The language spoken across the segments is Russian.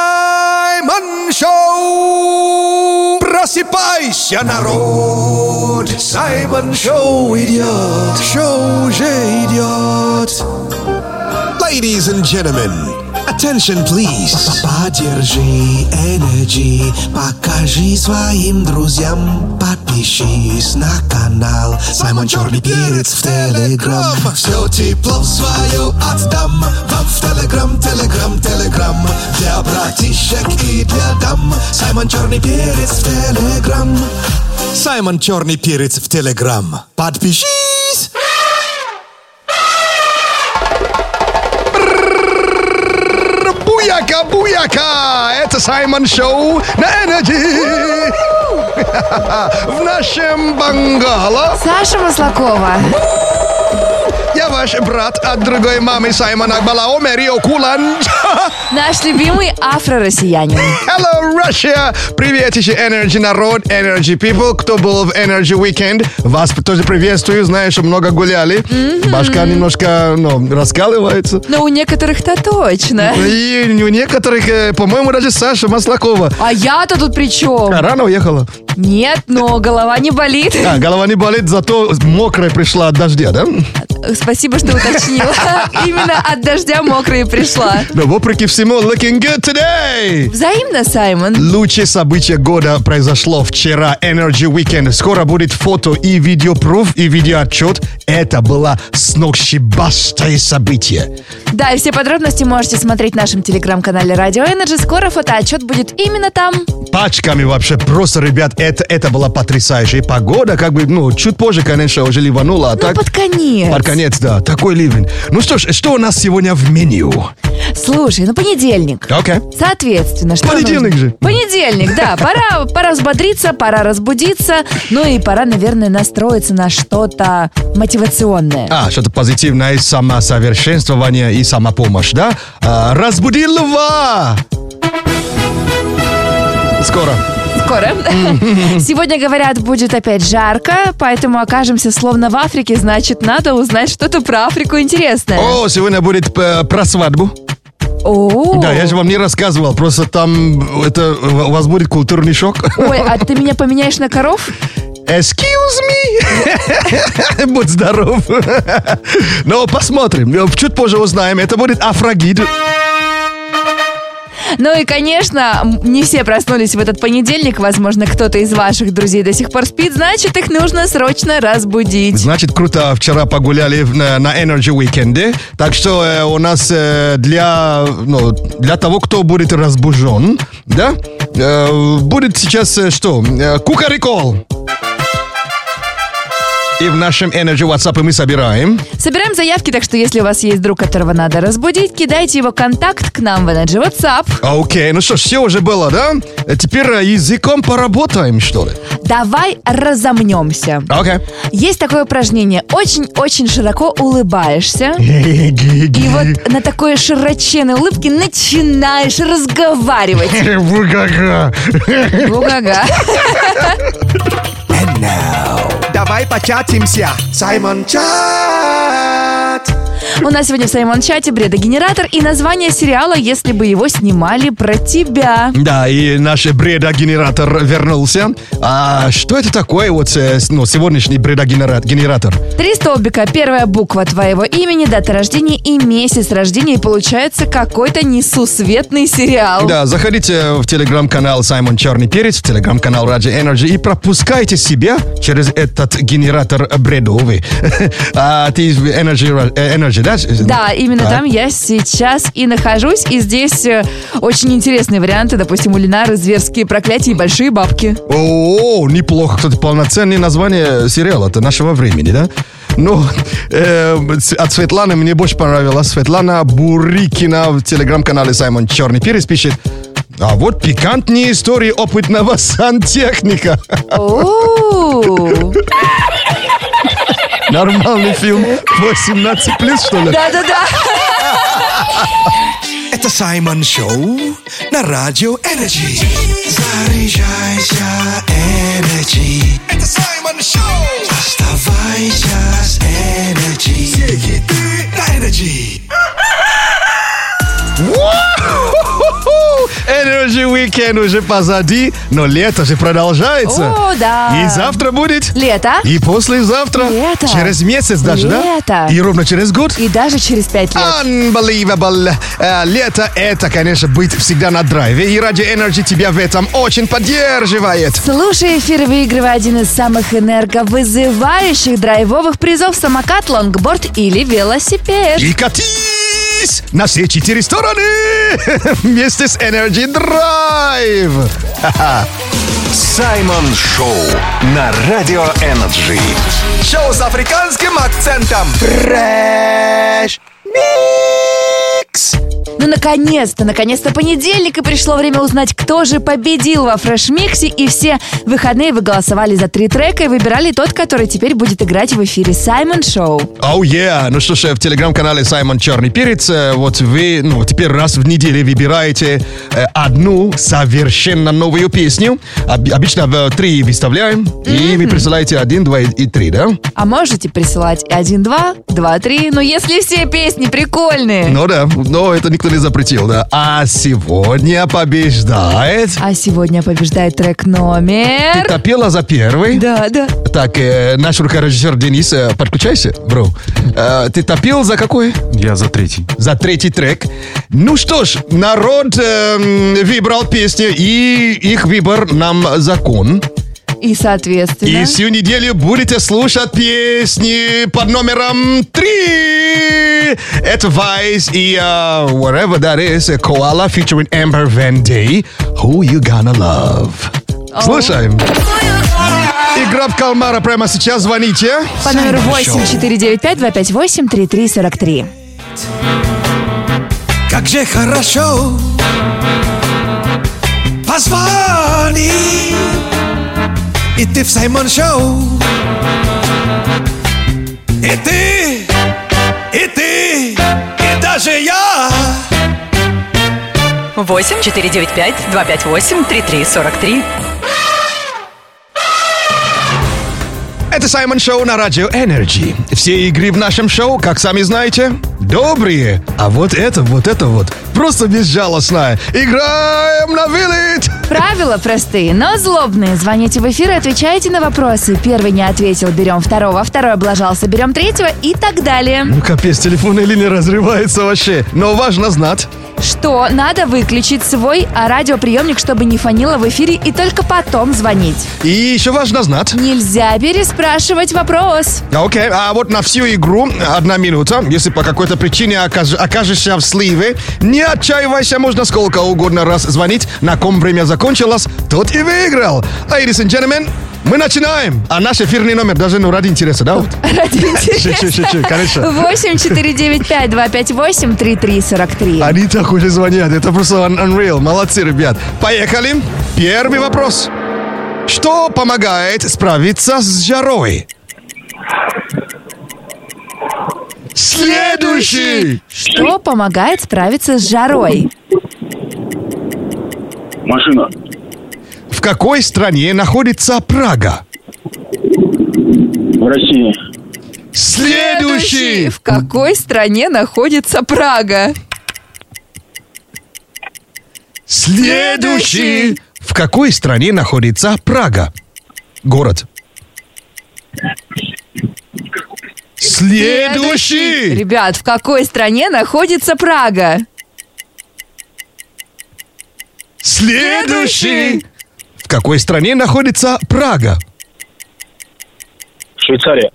Саймон Шоу! Просыпайся, народ! Саймон Шоу идет! Шоу уже идет! Ladies and gentlemen, attention please. Поддержи Energy, покажи своим друзьям, подпишись на канал Саймон Черный Перец в Телеграм. Все тепло свое отдам вам в Телеграм, Телеграм, Телеграм. Для братишек и для дам Саймон Черный Перец в Телеграм. Саймон Черный Перец в Телеграм. Подпишись! Буяка, буяка! Это Саймон Шоу на Энерджи! В нашем Бангала Саша Маслакова. я ваш брат от другой мамы Саймона Акбалао, Мэрио Кулан. Наш любимый афро-россиянин. Hello, Russia! Привет еще Energy народ, Energy people, кто был в Energy Weekend. Вас тоже приветствую, знаю, что много гуляли. Башка немножко ну, раскалывается. Но у некоторых-то точно. И у некоторых, э, по-моему, даже Саша Маслакова. А я-то тут при чем? А, Рано уехала. Нет, но голова не болит. А, голова не болит, зато мокрая пришла от дождя, да? Спасибо, что уточнила. Именно от дождя мокрая пришла. Но вопреки всему, looking good today! Взаимно, Саймон. Лучшее событие года произошло вчера, Energy Weekend. Скоро будет фото и видеопруф, и видеоотчет. Это было сногсшибастое событие. Да, и все подробности можете смотреть в нашем телеграм-канале Радио Energy. Скоро фотоотчет будет именно там. Ну, Пачками вообще, просто, ребят, это, это была потрясающая погода. Как бы, ну, чуть позже, конечно, уже ливануло, а Ну, так... под конец. Под конец, да, такой ливень. Ну что ж, что у нас сегодня в меню? Слушай, ну понедельник. Окей. Соответственно, что Понедельник нужно? же. Понедельник, да. Пора, пора взбодриться, пора разбудиться. Ну и пора, наверное, настроиться на что-то мотивационное. А, что-то позитивное, самосовершенствование и самопомощь, да? А, разбуди льва! Скоро. Скоро. Сегодня, говорят, будет опять жарко, поэтому окажемся словно в Африке, значит, надо узнать что-то про Африку интересное. О, сегодня будет э, про свадьбу. О. Да, я же вам не рассказывал, просто там э, это в- у вас будет культурный шок. Ой, а ты меня поменяешь на коров? Excuse me! Будь здоров. Но посмотрим, э, чуть позже узнаем. Это будет Афрагид. Ну и, конечно, м, не все проснулись в этот понедельник. Возможно, кто-то из ваших друзей до сих пор спит, значит, их нужно срочно разбудить. Значит, круто вчера погуляли в- на, на Energy Weekend. Так что э, у нас э, для, ну, для того, кто будет разбужен, да, э, будет сейчас э, что? Э, Кукарикол. И в нашем Energy WhatsApp мы собираем. Собираем заявки, так что если у вас есть друг, которого надо разбудить, кидайте его контакт к нам в Energy WhatsApp. Окей, ну что ж, все уже было, да? Э, Теперь э, языком поработаем, что ли? Давай разомнемся. Окей. Есть такое упражнение. Очень-очень широко улыбаешься. И вот на такой широченной улыбке начинаешь разговаривать. Бу-га-га. Давай початимся. Саймон Чат. У нас сегодня в Саймон Чате бредогенератор и название сериала, если бы его снимали про тебя. Да, и наш бредогенератор вернулся. А что это такое вот э, с- ну, сегодняшний бредогенератор? Три столбика. Первая буква твоего имени, дата рождения и месяц рождения. И получается какой-то несусветный сериал. Да, заходите в телеграм-канал Саймон Черный Перец, в телеграм-канал Раджи Energy и пропускайте себя через этот генератор бредовый. А ты из Energy, Ra- э, Energy, да? Да, именно Так. там я сейчас и нахожусь. И здесь э, очень интересные варианты. Допустим, у Ленары зверские проклятия и большие бабки. О, неплохо, кстати, полноценное название сериала-то нашего времени, да? Ну, э, с- от Светланы мне больше понравилась. Светлана Бурикина в телеграм-канале Саймон Черный Перец пишет, а вот пикантные истории опытного сантехника. Оу. Нормальный фильм. 18 плюс, что ли? Да-да-да. Это Саймон Шоу на Радио Энерджи. Заряжайся, Энерджи. Это Саймон Шоу. Оставайся с Энерджи. На Энерджи. Вау! Energy Weekend уже позади, но лето же продолжается. О, да. И завтра будет. Лето. И послезавтра. Лето. Через месяц даже, да? Лето. И ровно через год. И даже через пять лет. Unbelievable. Э, Лето это, конечно, быть всегда на драйве. И радио Energy тебя в этом очень поддерживает. Слушай эфир и выигрывай один из самых энерговызывающих драйвовых призов самокат, лонгборд или велосипед. И катись на все четыре стороны вместе с Energy Drive. Саймон Шоу на Радио Энерджи. Шоу с африканским акцентом. Фрэш. Микс. Ну, наконец-то, наконец-то понедельник, и пришло время узнать, кто же победил во фреш-миксе, и все выходные вы голосовали за три трека и выбирали тот, который теперь будет играть в эфире Саймон Шоу. Оу, yeah. Ну что ж, в телеграм-канале Саймон Черный Перец э, вот вы, ну, теперь раз в неделю выбираете э, одну совершенно новую песню. Об- обычно в э, три выставляем, и вы присылаете один, два и и три, да? А можете присылать 1, 2, 2, 3, ну если все песни прикольные. Ну да, но это никто не запретил, да. А сегодня побеждает... А сегодня побеждает трек Ты номер... топила за первый. Да, да. Так, э, наш рукорежиссер Денис, э, подключайся, бро. Э, ты топил за какой? Я за третий. за третий трек. Ну что ж, народ эм, выбрал песни, и их выбор нам закон. И, соответственно... И всю неделю будете слушать песни под номером 3. Это Vice и э, whatever that is, э, Koala featuring Amber Van Day. Who you gonna love? Слушаем. Игра в кальмара прямо сейчас. Звоните. По номеру 8495-258-3343. Как же хорошо Позвони И ты в Саймон Шоу И ты, и ты, и даже я 8 495 258 3343. Это Саймон Шоу на Радио Энерджи. Все игры в нашем шоу, как сами знаете, добрые. А вот это, вот это вот, просто безжалостная. Играем на вылет! Правила простые, но злобные. Звоните в эфир и отвечаете на вопросы. Первый не ответил, берем второго, второй облажался, берем третьего и так далее. Ну, капец, телефонная линия разрывается вообще. Но важно знать. Что надо выключить свой а, радиоприемник, чтобы не фонило в эфире, и только потом звонить. И еще важно знать. Нельзя переспрашивать вопрос. Окей, а вот на всю игру одна минута. Если по какой-то причине окаж- окажешься в сливе, не отчаивайся, можно сколько угодно раз звонить, на ком время закончилось, тот и выиграл. Ladies and gentlemen, мы начинаем. А наш эфирный номер даже, ну, ради интереса, да? Вот. Ради Шучу-шучу, конечно. 8 495 258 3343. Они так уже звонят, это просто un- unreal. Молодцы, ребят. Поехали. Первый вопрос. Что помогает справиться с жарой? Следующий! Что помогает справиться с жарой? Машина. В какой стране находится Прага? В России. Следующий! В какой стране находится Прага? Следующий! В какой стране находится Прага? Город. Следующий! Ребят, в какой стране находится Прага? Следующий! В какой стране находится Прага? Швейцария.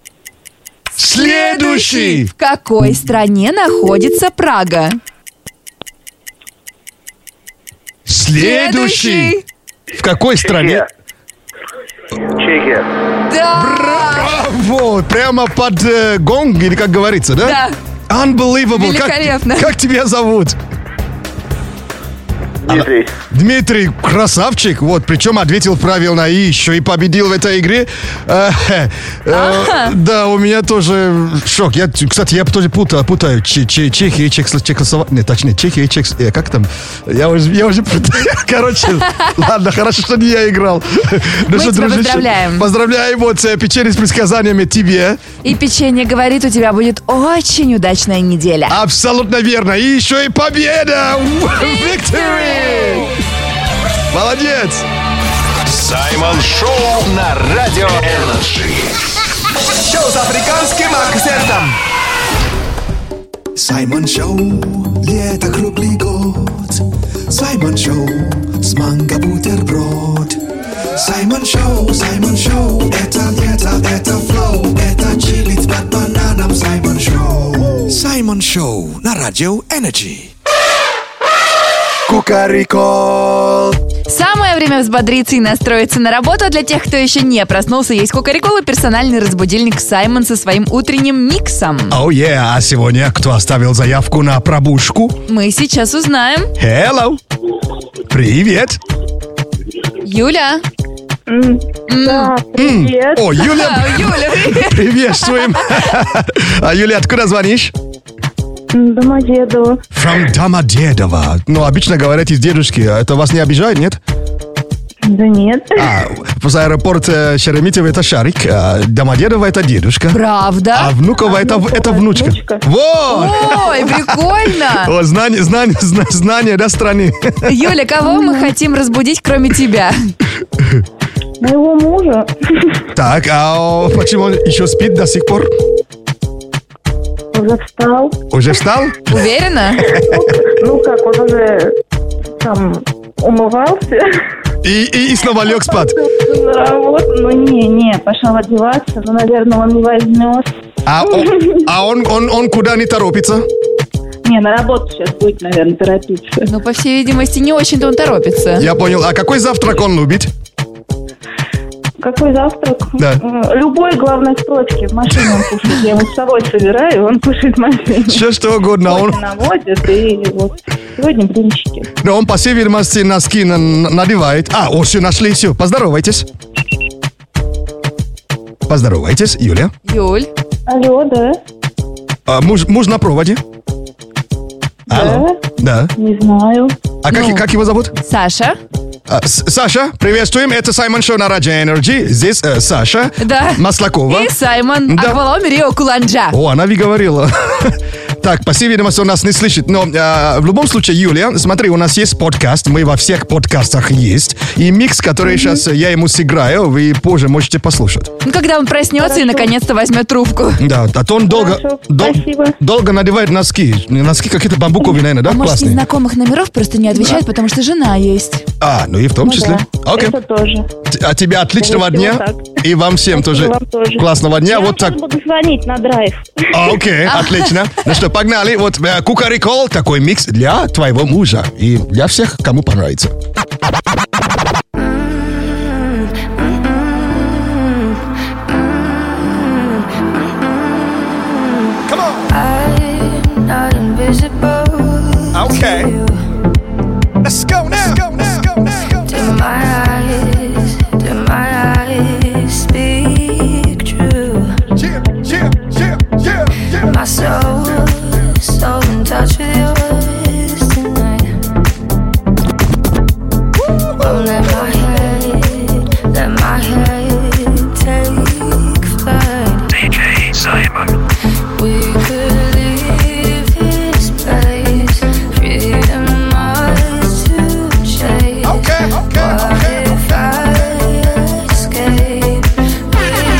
Следующий! В какой стране находится Прага? Следующий! В какой стране? Чехия. Да! Браво! А, Прямо под э, гонг, или как говорится, да? Да. Unbelievable. Как- Великолепно. Как, тебя зовут? Дмитрий. Дмитрий, красавчик. Вот, причем ответил правильно и еще и победил в этой игре. Э, э, э, Да, у меня тоже шок. Я, кстати, я тоже путаю, путаю Че- Че- Чехия и Чехосло- Чехослова- Не, точнее, Чехия и Чекс... Как там? Я уже, я уже путаю. Короче, ладно, хорошо, что не я играл. Ну Мы что, тебя дружище, поздравляем. Поздравляем вот э, печенье с предсказаниями тебе. И печенье говорит, у тебя будет очень удачная неделя. Абсолютно верно. И еще и победа! Victory! Молодец! Саймон Шоу на Радио Энерджи. Шоу с африканским акцентом. Саймон Шоу, лето круглый год. Саймон Шоу, с манго бутерброд. Саймон Шоу, Саймон Шоу, это лето, это флоу, это чилит под бананом Саймон Шоу. Саймон Шоу на Радио Энерджи. Кукарикол. Самое время взбодриться и настроиться на работу. А Для тех, кто еще не проснулся, есть Кока-Рикола, персональный разбудильник Саймон со своим утренним миксом. Оу, е, а сегодня кто оставил заявку на пробушку? Мы сейчас узнаем. Hello! Привет! Юля. Да, привет. О, А, Юля, Юля, привет. приветствуем! А Юля, откуда звонишь? Домодедово. From Домодедово. Ну, обычно говорят из дедушки. А Это вас не обижает, нет? Да нет. А, в аэропорт э, Шереметьево это шарик, а Домодедово это дедушка. А Правда? Внукова это, в- это внучка. внучка. А Вот! Ой, прикольно. О, знание, знание, зна- знание, да, страны. Юля, кого мы хотим разбудить, кроме тебя? Моего мужа Так, а почему он еще спит до сих пор? уже встал. Уже встал? Уверена? Ну как, он уже там умывался И, и, и снова лег спать. на работу. Ну не, не, пошел одеваться. Ну, наверное, он не возьмет. А, он, а он, он, он куда не торопится? Не, на работу сейчас будет, наверное, торопиться. Ну, по всей видимости, не очень-то он торопится. Я понял. А какой завтрак он любит? Какой завтрак? Да. М, Любой, главное, в точке. В машину он пушит. Я его с собой собираю, он пушит машину. Все что угодно. Кофе А Он, наводит и вот. Сегодня блинчики. но он, по всей видимости, носки на- на- надевает. А, о, все, нашли, все. Поздоровайтесь. Поздоровайтесь, Юля. Юль. Алло, да? А, муж, муж на проводе? Алло. Да. Да? Не знаю. А как, Ну. как его зовут? Саша. А, С- Саша, приветствуем. Это Саймон Шоу на Радио Энерджи. Здесь э, Саша Да. Маслакова. И Саймон. Да. Аквалом Рио Куланджа. О, она ведь говорила. Так, по всей видимости, он нас не слышит. Но э, в любом случае, Юлия, смотри, у нас есть подкаст. Мы во всех подкастах есть. И микс, который сейчас я ему сыграю, вы позже можете послушать. Ну, когда он проснется и наконец-то возьмет трубку. Да, а то он долго, Хорошо, дол- спасибо. долго надевает носки. Носки какие-то бамбуковые, наверное, да? А может, из Классные. знакомых номеров просто не отвечают, потому что жена есть. А, ну и в том числе. Да, Окей. Это тоже. Т- А тебе отличного Всего дня. так. И вам всем тоже, вам тоже. классного дня. Я вот сейчас так. буду звонить на драйв. А, Окей, отлично. Ну что, погнали. Вот э, Кукарикол, такой микс для твоего мужа и для всех, кому понравится. I'm not invisible Okay. to you. Let's go now. Let's go now. Let's go now. Do my eyes, do my eyes speak true? Yeah, yeah, yeah, yeah, yeah. My soul, so in touch with yours tonight. Oh, let my head, let my head take flight. We could leave this place. Freedom ours to chase. Okay, okay, What okay. if I escape with you?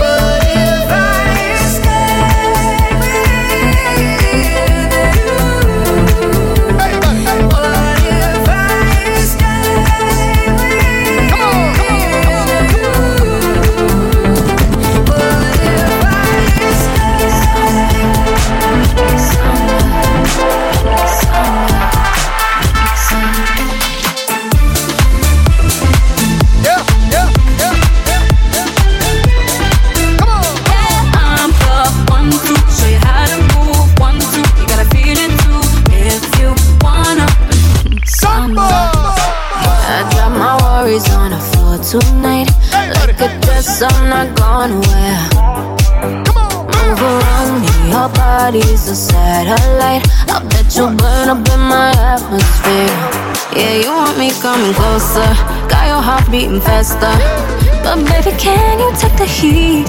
What if I escape with you? Everybody, everybody. What if I escape Come on, come on, come on. Yeah, yeah, yeah, yeah, yeah. Come on. I'm the one to show you how to move. One, two, you gotta feel it too. If you wanna, I drop my worries on the floor tonight. Like a dress I'm not gonna wear. Come on. Move around me, your body's a satellite. I bet you burn up in my atmosphere. Yeah, you want me coming closer. Got your heart beating faster. But baby, can you take the heat?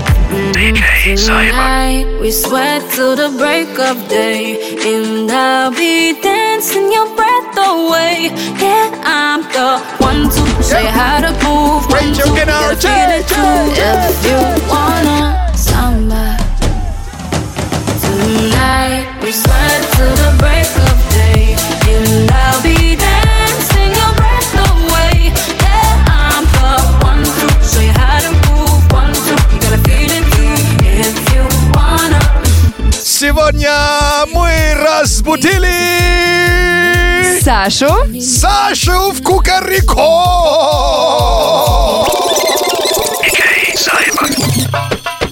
DJ Tonight, we sweat till the break of day. And I'll be dancing your breath away. Yeah, I'm the one to say how to move. When Rachel, to get out, feel it too. If you wanna samba tonight, we slide to the break of day, and I'll be dancing your breath away. Yeah, I'm the one to show you how to move. One to you gotta feel it too. If you wanna. Сегодня мы разбудили Сашу. Сашу в Кукарико!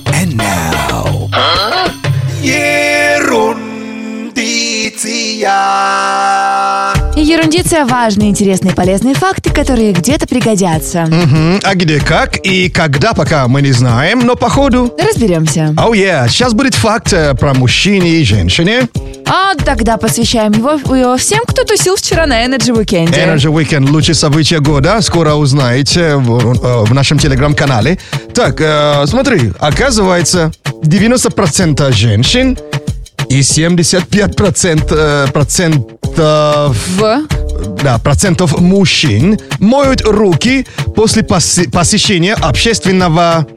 And now... Ерундиция. И ерундиция – важные, интересные, полезные факты, которые где-то пригодятся. Мгм, А где, как и когда, пока мы не знаем, но походу... Разберемся. Оу, yeah, сейчас будет факт э, про мужчине и женщине. А тогда посвящаем его, его всем, кто тусил вчера на Energy Weekend. Energy Weekend лучшие события года. Скоро узнаете в, э, в нашем телеграм-канале. Так, э, смотри, оказывается, 90% женщин и 75% э, процентов, В. да, процентов мужчин моют руки после посе- посещения общественного...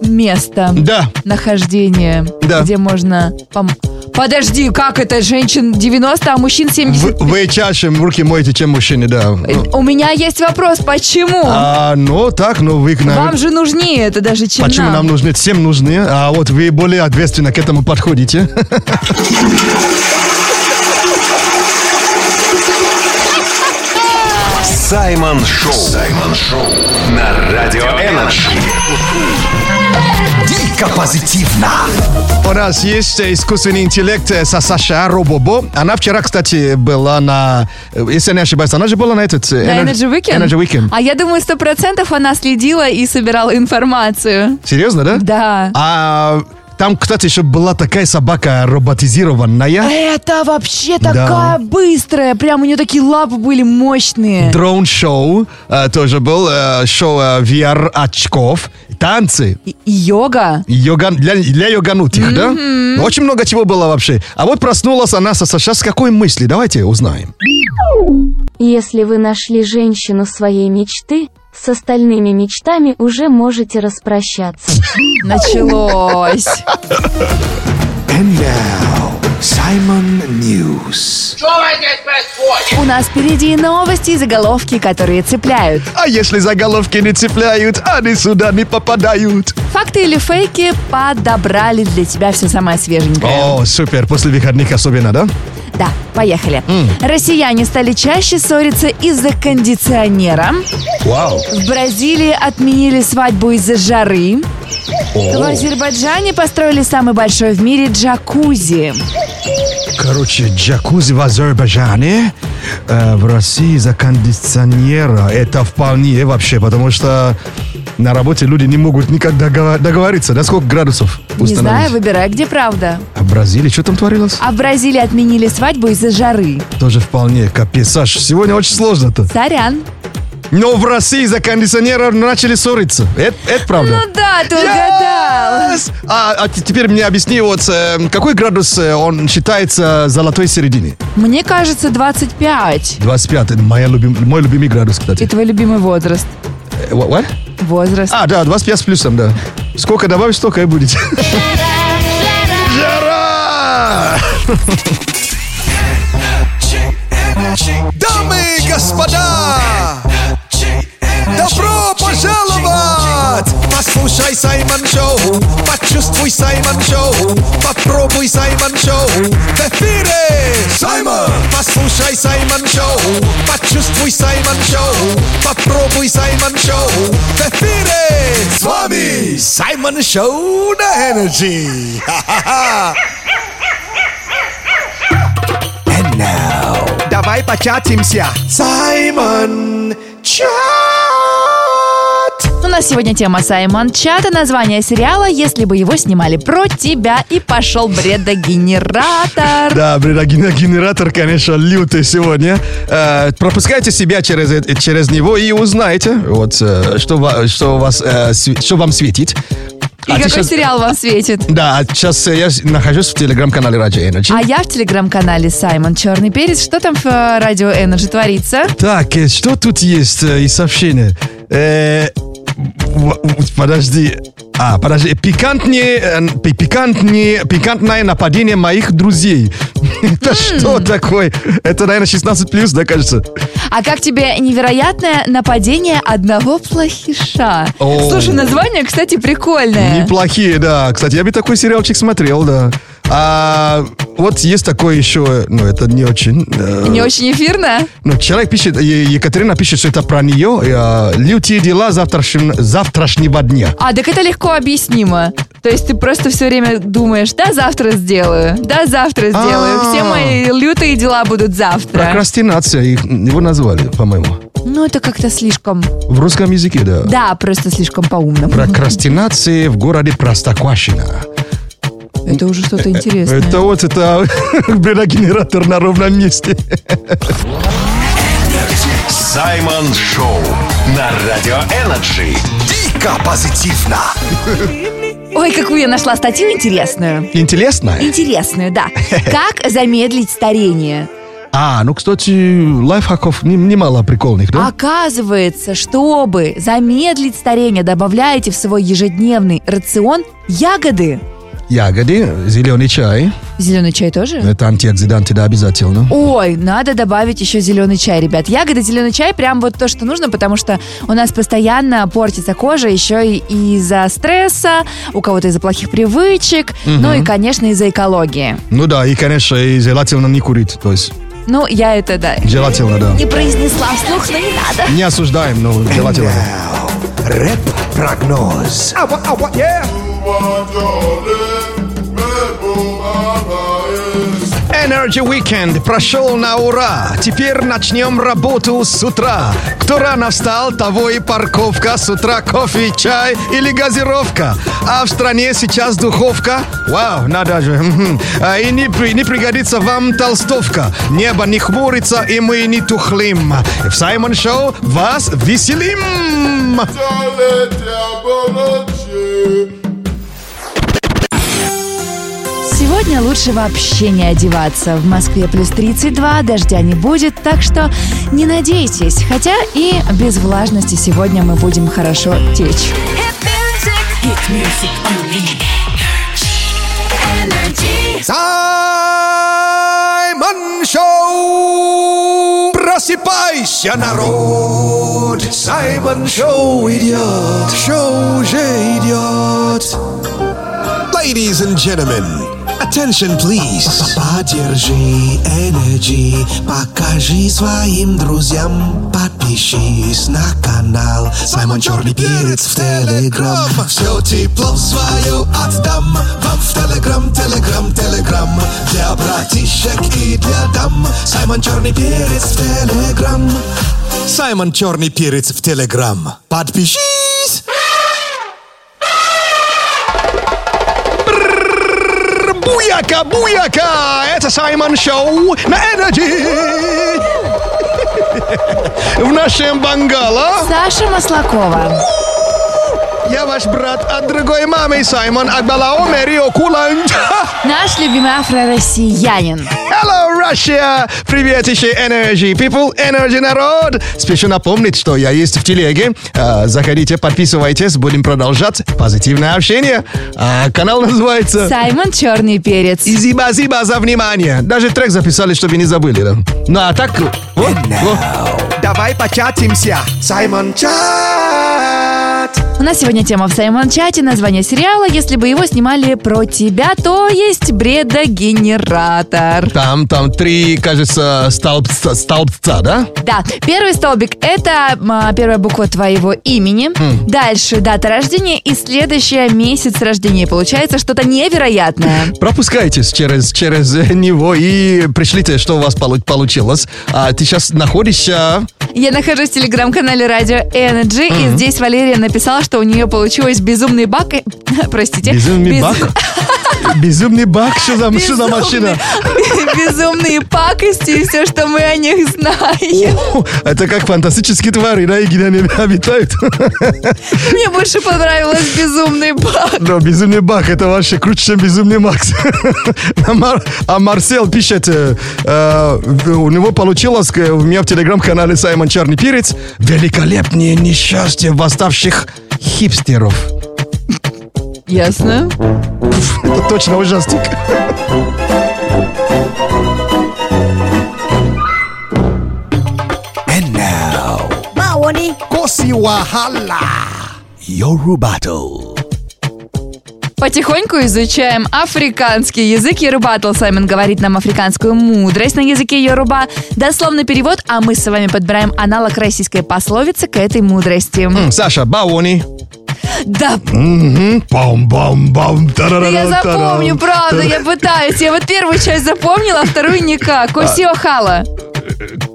Место. Да, Нахождение. Да. Где можно... пом- Подожди, как это? Женщин 90, а мужчин 70? вы, вы чаще руки моете, чем мужчины, да. У меня есть вопрос, почему? А, ну так, ну вы, наверное, Вам же нужнее это даже, чем Почему нам нам. нужны? Всем нужны, а вот вы более ответственно к этому подходите. Саймон Шоу. Саймон Шоу на Радио Энерджи. У нас есть э, искусственный интеллект э, со Саша Робобо. Она вчера, кстати, была на... э, Если я не ошибаюсь, она же была на этот... э, На Ener- Energy Weekend? Energy Weekend. А я думаю, сто процентов она следила и собирала информацию. Серьезно, да? Да. А там, кстати, еще была такая собака А роботизированная. Это вообще такая быстрая. Прям у нее такие лапы были мощные. Дрон-шоу э, тоже был. э, шоу э, VR-очков. Танцы. И и йога. Йоган, для, для йоганутых, да? Очень много чего было вообще. А вот проснулась она со Саша с какой мысли? Давайте узнаем. Если вы нашли женщину своей мечты, с остальными мечтами уже можете распрощаться. Началось. And now, Simon News. У нас впереди новости и заголовки, которые цепляют. А если заголовки не цепляют, они сюда не попадают. Факты или фейки подобрали для тебя все самое свеженькое. О, супер, после выходных особенно, да? Да, поехали. Россияне стали чаще ссориться из-за кондиционера. Вау. В Бразилии отменили свадьбу из-за жары. В Азербайджане построили самый большой в мире джакузи. Короче, джакузи в Азербайджане, э, в России за кондиционера. Это вполне вообще, потому что на работе люди не могут никак догова- договориться, да, сколько градусов Не знаю, установить. выбирай, где правда. А в Бразилии что там творилось? А в Бразилии отменили свадьбу из-за жары. Тоже вполне, капец, Саш, сегодня очень сложно-то. Сорян. Но в России за кондиционера начали ссориться. Это, это правда. Ну да, ты угадал. Yes! А, а т- теперь мне объясни, вот э, какой градус э, он считается золотой середине? Мне кажется, 25. 25, моя любим, мой любимый градус, И кстати. твой любимый возраст. Э, what- what? Возраст. А, да, 25 с плюсом, да. Сколько добавишь, столько и будет. Жара! Дамы и господа! Добро пожаловать! Послушай Саймон Шоу, почувствуй Саймон Шоу, попробуй Саймон Шоу. В эфире Саймон! Послушай Саймон Шоу, почувствуй Саймон Шоу, попробуй Саймон Шоу. В эфире с вами Саймон Шоу на Energy. And now... Давай початимся. Саймон Чат. У нас сегодня тема Саймон Чата, название сериала «Если бы его снимали про тебя» и пошел бредогенератор. Да, бредогена- генератор, конечно, лютый сегодня. Э, пропускайте себя через, э- через него и узнаете, вот, э, что, ва- что, у вас, э, сви- что вам светит. И какой сериал вам светит? Да, а сейчас э, я с- нахожусь в телеграм-канале Радио Energy. А я в телеграм-канале Саймон Черный Перец. Что там в э, радио Energy творится? Так, э, что тут есть э, из сообщения? Э, в- в- подожди. А, подожди. Пикантнее, э, пи- пикантнее, пикантное нападение моих друзей. Это что такое? Это, наверное, 16 плюс, да, кажется? А как тебе невероятное нападение одного плохиша? О. Слушай, название, кстати, прикольное. Неплохие, да. Кстати, я бы такой сериалчик смотрел, да. А вот есть такое еще, ну, это не очень. э, Не очень эфирно? Ну, человек пишет, Е- Екатерина пишет, что это про нее. э, Лютые дела завтрашним- завтрашнего дня. А, так это легко объяснимо. То есть ты просто все время думаешь, да, завтра сделаю, да, завтра А. сделаю. Все мои лютые дела будут завтра. Прокрастинация, их- его назвали, по-моему. Ну, это как-то слишком... В русском языке, да. Да, просто слишком по-умному. Прокрастинация в городе Простоквашино. Это уже что-то интересное. Это вот, это бредогенератор на ровном месте. Саймон Шоу на Радио Энерджи. Ой, какую я нашла статью интересную. Интересно? Интересную, да. Как замедлить старение? А, ну, кстати, лайфхаков не- немало прикольных, да? Оказывается, чтобы замедлить старение, добавляете в свой ежедневный рацион ягоды. Ягоды, зеленый чай. Зеленый чай тоже? Это антиоксиданты, да, обязательно. Ой, надо добавить еще зеленый чай, ребят. Ягоды, зеленый чай прям вот то, что нужно, потому что у нас постоянно портится кожа еще и из-за стресса, у кого-то из-за плохих привычек, ну и, конечно, из-за экологии. Ну да, и, конечно, и желательно не курить. То есть, Ну, я это, да, желательно, да. не произнесла вслух, но не надо. Не осуждаем, но желательно. Рэп-прогноз. Energy Weekend прошел на ура. Теперь начнем работу с утра. Кто рано встал, того и парковка. С утра кофе, чай или газировка. А в стране сейчас духовка. Вау, надо же. Мгм. А И не, при- не пригодится вам толстовка. Небо не хмурится, и мы не тухлим. В Саймон Шоу вас веселим. Сегодня лучше вообще не одеваться. В Москве плюс 32, дождя не будет, так что не надейтесь. Хотя и без влажности сегодня мы будем хорошо течь. Саймон Шоу! Просыпайся, народ! Саймон Шоу идет, шоу уже идет. Ladies and gentlemen, attention please. Поддержи Energy, покажи своим друзьям. Подпишись на канал Саймон Черный Перец в Телеграм. Все тепло свое отдам вам в Телеграм, Телеграм, Телеграм. Для братишек и для дам Саймон Черный Перец в Телеграм. Саймон Черный Перец в Телеграм. Подпишись! Буяка, буяка! Это Саймон Шоу на Энерджи! В нашем бангало Саша Маслакова. я ваш брат от другой мамы Саймон Акбалао Мерио Куланч. Наш любимый афро-россиянин. Hello, Russia! Привет еще Energy People, Energy народ! Спешу напомнить, что я есть в телеге. А, Заходите, подписывайтесь, будем продолжать позитивное общение. А, Канал называется... Саймон Черный Перец. И зиба-зиба за внимание. Даже трек записали, чтобы не забыли. Да? Ну а так... вот, вот. Давай початимся. Саймон Чат. У нас сегодня тема в Саймон Чате, название сериала «Если бы его снимали про тебя, то есть бредогенератор». Там, там три, кажется, столбца, столбца да? Да, первый столбик – это а, первая буква твоего имени, дальше дата рождения и следующая месяц рождения. Получается что-то невероятное. Пропускайтесь через, через него и пришлите, что у вас полу- получилось. А ты сейчас находишься... Я нахожусь в телеграм-канале Радио Energy, и здесь Валерия написала, что у нее получилось безумный бак. и- Простите. Безумный без- бак? Безумный бак, что за, что за Безумные- машина? Безумные пакости и все, что мы о них знаем. О, Это как фантастические твари, да, и где они обитают. Мне больше понравилось безумный бак. Но безумный бак, это вообще круче, чем безумный Макс. А, Мар- а Марсел пишет, э, э, у него получилось, э, у меня в телеграм-канале Саймон Черный Перец, великолепнее несчастье восставших хипстеров. Ясно. Это точно ужастик. Потихоньку изучаем африканский язык Ерубатл. Саймон говорит нам африканскую мудрость на языке Йоруба. Дословный перевод, а мы с вами подбираем аналог российской пословицы к этой мудрости. М, Саша, бауни. Да, Бам-бам-бам. да я тарарам-тарам. запомню, правда, я пытаюсь. Я вот первую часть запомнила, а вторую никак. Осио хала.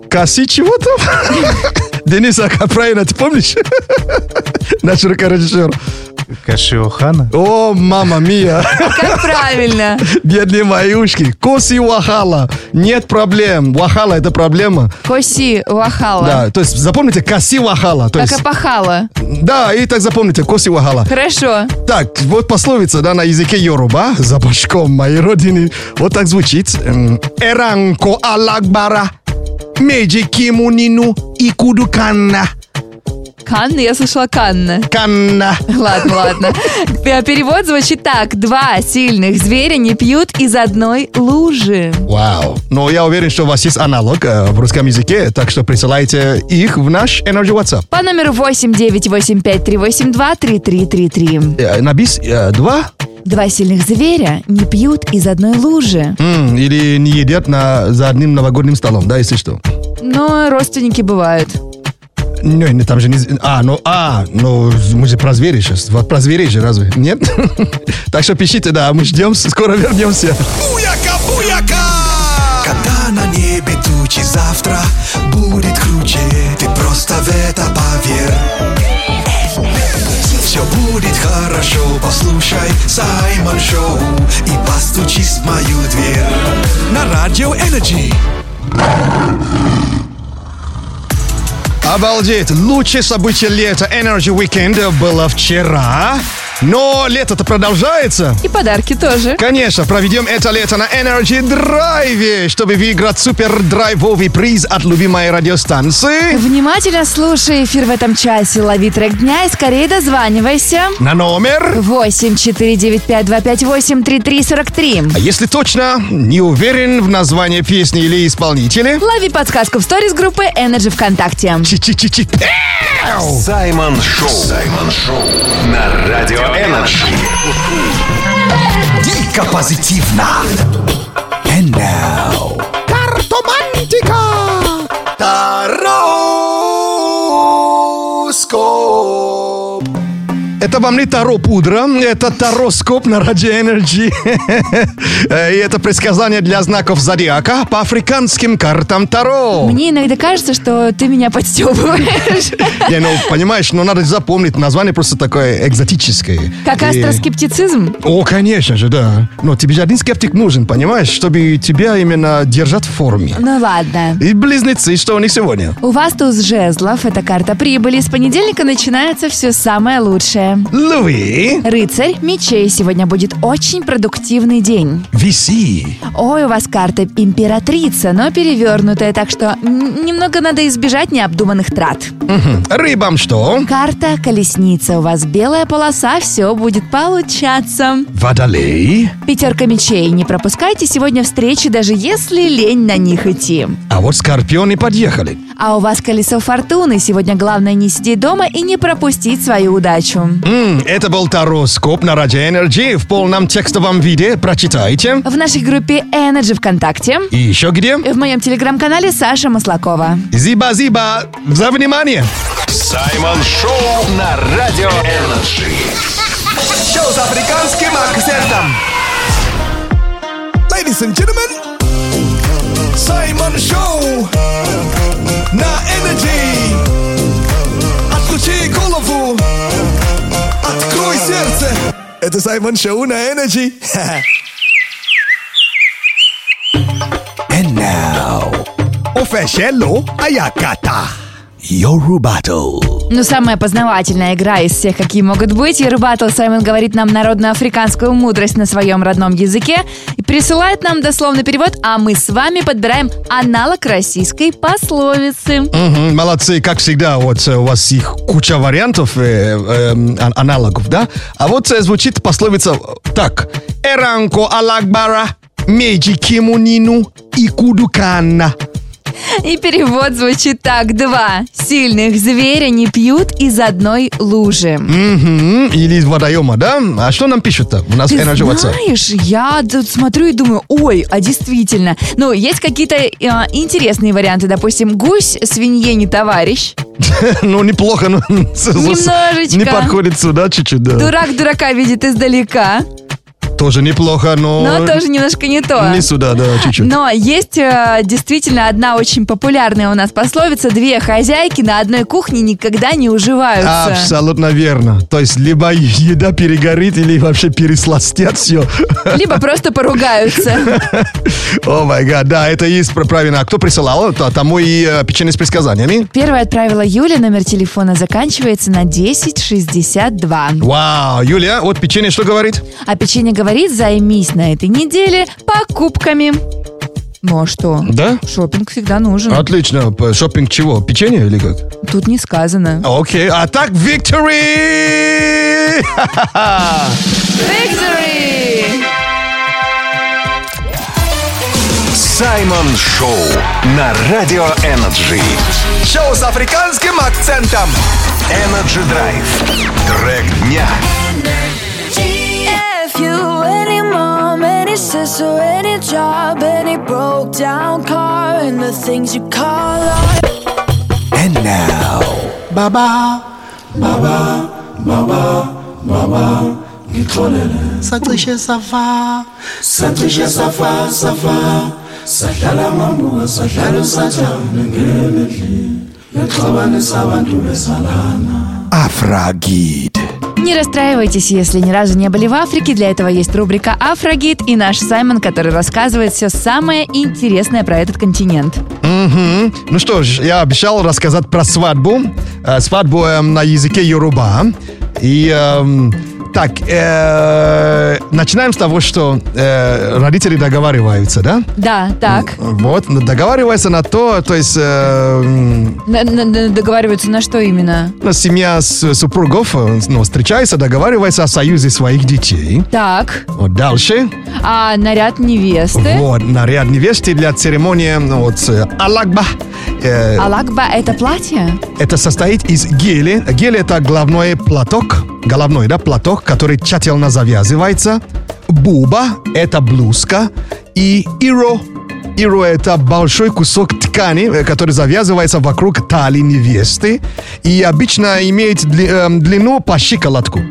Коси чего там? Денис, а как правильно, ты помнишь? Наш рукорежиссер. Кашиохана. О, мама мия, Как правильно? бедные мои ушки. Коси вахала. Нет проблем. Вахала это проблема. Коси вахала. Да, то есть запомните, коси вахала. То Как есть, опахала. да, и так запомните, коси вахала. Хорошо. Так, вот пословица, да, на языке Йоруба, за башком моей родины, вот так звучит. Эм, Эранко алагбара, меджи кимунину и куду канна. Канна, я слышала Канна. Канна. Ладно, ладно. Пе- Перевод звучит так. Два сильных зверя не пьют из одной лужи. Вау. Но я уверен, что у вас есть аналог э, в русском языке, так что присылайте их в наш Energy WhatsApp. По номеру 89853823333. Э, На бис э, два? Два сильных зверя не пьют из одной лужи. М, или не едят на, за одним новогодним столом, да, если что. Но родственники бывают. Не, не, там же не... з- А, ну, а, ну, мы же про зверей сейчас. Вот про зверей же разве? Нет? Так что пишите, да, мы ждем, скоро вернемся. Когда на небе тучи завтра будет круче Ты просто в это поверь Все будет хорошо, послушай Саймон Шоу И постучись в мою дверь На Радио Энерджи Обалдеть! Лучшее событие лета Energy Weekend было вчера. Но лето-то продолжается. И подарки тоже. Конечно, проведем это лето на Energy Drive, чтобы выиграть супер драйвовый приз от любимой радиостанции Внимательно слушай эфир в этом часе. Лови трек дня и скорее дозванивайся. на номер. 8-4-9-5-2-5-8-3-3-43. А если точно, не уверен в названии песни или исполнителя. Лови подсказку в сторис группы Energy ВКонтакте. Чи-чи-чи-чи. Пяу! Саймон Шоу. Саймон Шоу на Радио Энерджи. Дико позитивно And now Картомантика Тароскоп Это вам не Таро пудра, это Тароскоп на Радио Энерджи. И это предсказание для знаков зодиака по африканским картам Таро. Мне иногда кажется, что ты меня подстебываешь. Не, ну, понимаешь, но надо запомнить, название просто такое экзотическое. Как И- астроскептицизм? О, конечно же, да. Но тебе же один скептик нужен, понимаешь, чтобы тебя именно держать в форме. Ну ладно. И близнецы, что у них сегодня? У вас туз жезлов, это карта прибыли. С понедельника начинается все самое лучшее. Луи, Рыцарь мечей. Сегодня будет очень продуктивный день. виси. Ой, у вас карта императрица, но перевернутая, так что м, немного надо избежать необдуманных трат. Мгм. Рыбам что? Карта колесница. У вас белая полоса, все будет получаться. Водолей. Пятерка мечей. Не пропускайте сегодня встречи, даже если лень на них идти. А вот скорпионы подъехали. А у вас колесо фортуны. Сегодня главное не сидеть дома и не пропустить свою удачу. М, это был Тароскоп на Радио Энерджи в полном текстовом виде. Прочитайте. В нашей группе Energy ВКонтакте. И еще где? В моем телеграм-канале Саша Маслакова. Зиба-зиба. За внимание. Саймон Шоу на Радио Энерджи. Шоу с африканским акцентом. Ladies and gentlemen, Саймон Шоу на Energy. Отключи голову, открой сердце. Это Саймон Шоу на Energy. And now, Officiello Ayakata. Yoru Battle. Ну, самая познавательная игра из всех, какие могут быть. Ербатл Саймон говорит нам народно-африканскую мудрость на своем родном языке и присылает нам дословный перевод, а мы с вами подбираем аналог российской пословицы. Мгм, молодцы, как всегда, вот э, у вас их куча вариантов, э, э, ан- аналогов, да? А вот э, звучит пословица э, так. Эранко алагбара, межи кемунину и кудукана. И перевод звучит так. Два сильных зверя не пьют из одной лужи. Мгм, Или из водоема, да? А что нам пишут-то? У нас Ты Energy WhatsApp. знаешь, я тут смотрю и думаю, ой, а действительно. Ну, есть какие-то э, интересные варианты. Допустим, гусь свинье не товарищ. Ну, неплохо, но Немножечко. не подходит сюда чуть-чуть, да. Дурак дурака видит издалека. Тоже неплохо, но... Но тоже немножко не то. Не сюда, да, чуть-чуть. Но есть э, действительно одна очень популярная у нас пословица. Две хозяйки на одной кухне никогда не уживаются. Абсолютно верно. То есть, либо еда перегорит, или вообще пересластят все. Либо просто поругаются. О май гад, да, это и есть пр- правильно. А кто присылал? То- Тому и э, печенье с предсказаниями. Первое отправила Юля. Номер телефона заканчивается на 1062. Вау, Юлия, вот печенье что говорит? А печенье говорит, займись на этой неделе покупками. Ну а что? Да? Шопинг всегда нужен. Отлично. П- Шоппинг чего? Печенье или как? Тут не сказано. Окей, а так victory! Саймон Шоу на Радио Энерджи. Шоу с африканским акцентом. Energy Drive. Трек дня. If you any mom, any sister, any job, any broke down car, and the things you call on. And now, Baba. Baba, Baba, Baba, Сатыше Сафа. Сатыше Сафа, Сафа, Сатала Маму, Саталу Сатам, Ненгелемедли, Ятхабаны Саванту Бесалана. Афрагид. Не расстраивайтесь, если ни разу не были в Африке. Для этого есть рубрика «Афрогид» и наш Саймон, который рассказывает все самое интересное про этот континент. Мгм. Ну что ж, я обещал рассказать про свадьбу. Э, Свадьбу эм, на языке Yoruba. И эм, так, э, начинаем с того, что э, родители договариваются, да? Да, так. Вот, договариваются на то, то есть... э, м, На- на- на- договариваются на что именно? Ну, семья с- супругов э, ну, встречается, договаривается о союзе своих детей. Так. Вот дальше. А наряд невесты? Вот, наряд невесты для церемонии ну, вот, э, Алагба. Э, Алакба — А это платье? Это состоит из гели. Гели – это головной платок, головной, да, платок, который тщательно завязывается. Буба – это блузка. И иро – иро – это большой кусок ткани, э, который завязывается вокруг талии невесты и обычно имеет дли- эм, длину по щиколотку.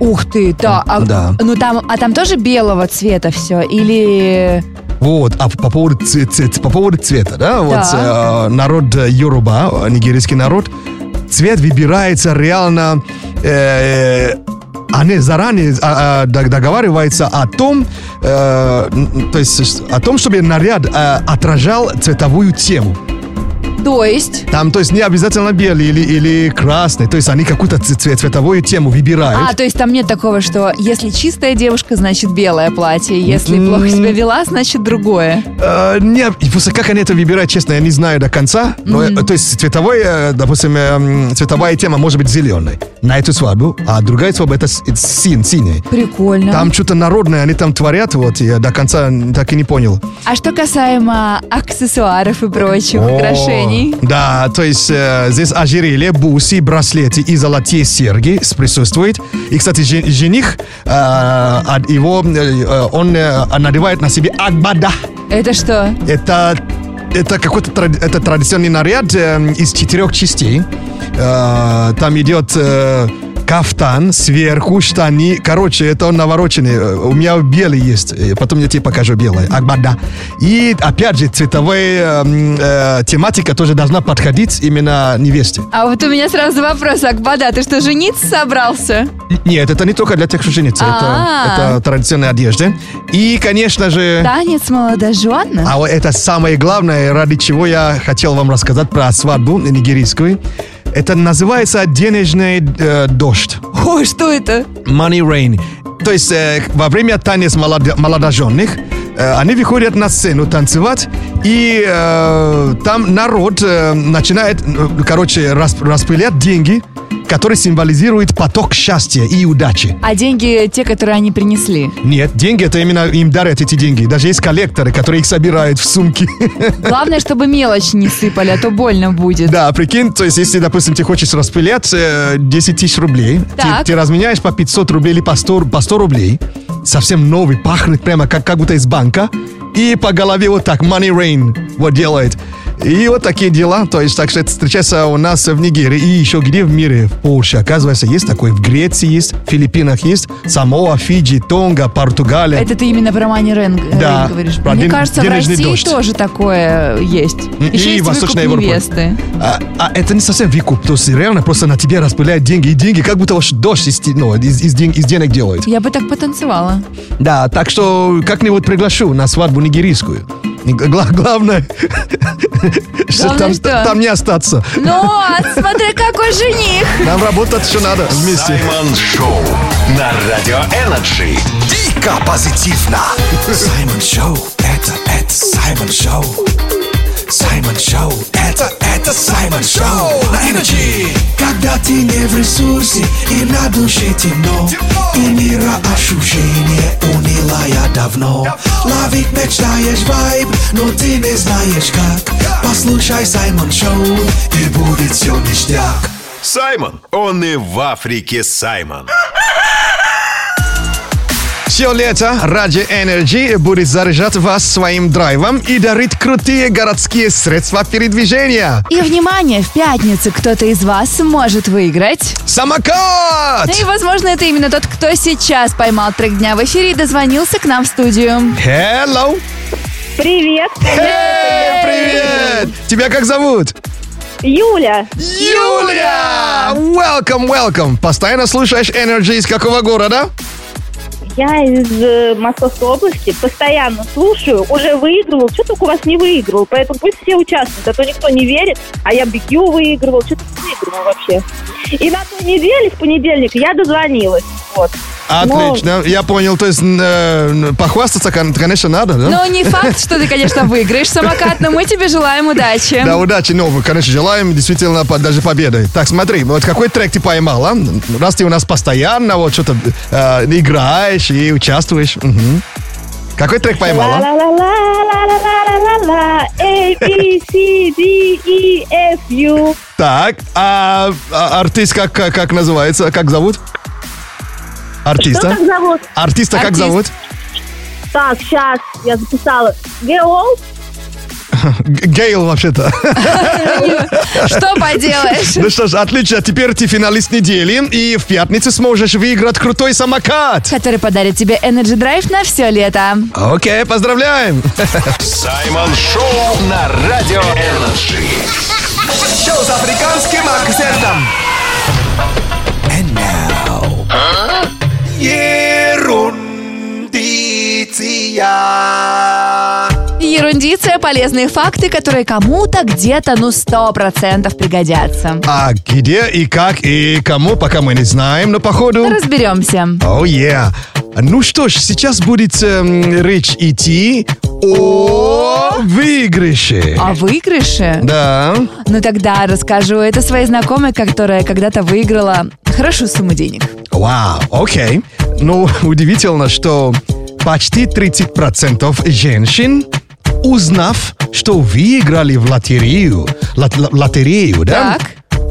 Ух ты, да. А, Да. Ну там, а там тоже белого цвета все? Или... Вот, а по поводу, ц- ц- по поводу цвета, да, вот Да. э, народ э, Йоруба, э, нигерийский народ, цвет выбирается реально, э, они заранее а, а, дог- договариваются о том, э, н- то есть с- о том, чтобы наряд э, отражал цветовую тему. То есть? Там, то есть не обязательно белый или, или красный, то есть они какую-то ц- цве- цветовую тему выбирают. А, то есть там нет такого, что если чистая девушка, значит белое платье, если плохо себя вела, значит другое. Э, Не, и просто как они это выбирают, честно, я не знаю до конца. Но, э, То есть цветовой, э, допустим, э, м, цветовая тема может быть зеленой на эту свадьбу, а другая свадьба это с- это син, синий. Прикольно. Там что-то народное они там творят, вот я до конца так и не понял. А что касаемо аксессуаров и прочих О, украшений? Да, то есть э, здесь ожерелье, бусы, браслеты и золотые серьги с- присутствует. И, кстати, же- жених, э, от его, э, э, он э, надевает на себе акбада. Это что? Это, это какой-то тради- это традиционный наряд э, из четырех частей. Э, там идет э, Кафтан, сверху, штани. Короче, это он навороченный. Э, У меня белый есть. Э, Потом я тебе покажу белый. Акбада. И, опять же, цветовая м, э, тематика тоже должна подходить именно невесте. А вот у меня сразу вопрос, Акбада, а ты что, жениться собрался? Н- Нет, это не только для тех, кто женится. Это, А-а. это традиционная одежда. И, конечно же... Танец молодожен? А вот это самое главное, ради чего я хотел вам рассказать про свадьбу нигерийскую. Это называется денежный э, дождь. О, что это? Money Rain. То есть э, во время танец молодо- молодоженных э, они выходят на сцену танцевать, и э, там народ э, начинает, э, короче, расп- распылять деньги, которые символизируют поток счастья и удачи. А деньги те, которые они принесли? Нет, деньги это именно им дарят эти деньги. Даже есть коллекторы, которые их собирают в сумки. Главное, чтобы мелочь не сыпали, а то больно будет. Да, прикинь, то есть, если, допустим, ты хочешь распылять э, 10 тысяч рублей, ты, Так. ты разменяешь по 500 рублей или по 100, по 100 рублей, совсем новый, пахнет прямо как, как будто из банка, и по голове вот так, money rain, вот делает. И вот такие дела, то есть, так что это встречается у нас в Нигерии и еще где в мире, в Польше, оказывается, есть такой, в Греции есть, в Филиппинах есть, Самоа, Фиджи, Тонга, Португалия. Это ты именно про Мани Рен э, Да, Рен говоришь. про Мне ден- кажется, в денежный России дождь. тоже такое есть. М, Еще и есть Восточная выкуп Европа. невесты. А, а это не совсем выкуп, то есть реально просто на тебе распыляют деньги, и деньги как будто вообще дождь из, те- ну, из- из ден- из денег делают. Я бы так потанцевала. Да, так что как-нибудь приглашу на свадьбу нигерийскую. И гла- главное, что Главное там, что? там не остаться. Но Ну смотри, какой жених! Нам работать еще надо вместе. Саймон Шоу на Радио Энерджи. Дико позитивно. Саймон Шоу, это, это Саймон Шоу. Саймон Шоу, это, это Саймон Шоу. На Энерджи. Когда ты не в ресурсе и на душе темно, и мира ощущение унила я давно. Ловить мечтаешь вайб, но ты не знаешь как. Послушай Саймон Шоу, и будет все ништяк. Саймон, он и в Африке Саймон. Все лето ради Energy будет заряжать вас своим драйвом и дарит крутые городские средства передвижения. И внимание, в пятницу кто-то из вас может выиграть. Ну Самокат! И, возможно, это именно тот, кто сейчас поймал трек дня в эфире и дозвонился к нам в студию. Ну. Hello! Привет! Эй, привет! Тебя как зовут? Юля! Юля! Welcome, welcome! Постоянно слушаешь Energy из какого города? Я из э, Московской области, постоянно слушаю, уже выигрывал, что только у вас не выигрывал, поэтому пусть все участвуют, а то никто не верит, а я бегю выигрывал, что-то выигрывал вообще. И на той неделе, в понедельник, я дозвонилась, вот. Отлично, Ну. я понял. То есть э, похвастаться, кон- конечно, надо, да? Но не факт, что ты, конечно, выиграешь самокат, но мы тебе желаем удачи. Да, удачи, ну, мы, конечно, желаем действительно по- даже победы. Так, смотри, вот какой трек ты поймала? Раз ты у нас постоянно вот что-то э, играешь и участвуешь. мгм. Какой трек поймала? Ла-ла-ла-ла-ла-ла-ла-ла-ла, A, B, C, D, E, F, U. Так, а, а артист как, как, как называется? Как зовут? Что Артиста? так зовут? Артиста как Артист. зовут? Так, сейчас, я записала. Геол? Г- Гейл вообще-то. Что поделаешь? Ну что ж, отлично, теперь ты финалист недели, и в пятницу сможешь выиграть крутой самокат. Который подарит тебе Energy Drive на все лето. Окей, поздравляем. Саймон Шоу на Радио Энерджи. Шоу с африканским акцентом. And now... Ерундиция. Ерундиция, полезные факты, которые кому-то где-то, ну, сто процентов пригодятся. А где и как и кому, пока мы не знаем, но походу... Разберемся. О, yeah. Ну что ж, сейчас будет эм, речь идти о выигрыше. О выигрыше? Да. А Ну тогда расскажу. Это своей знакомой, которая когда-то выиграла хорошую сумму денег. Вау, окей. Ну, удивительно, что почти 30% женщин, узнав, что выиграли в лотерею, лот- ло- лотерею, да?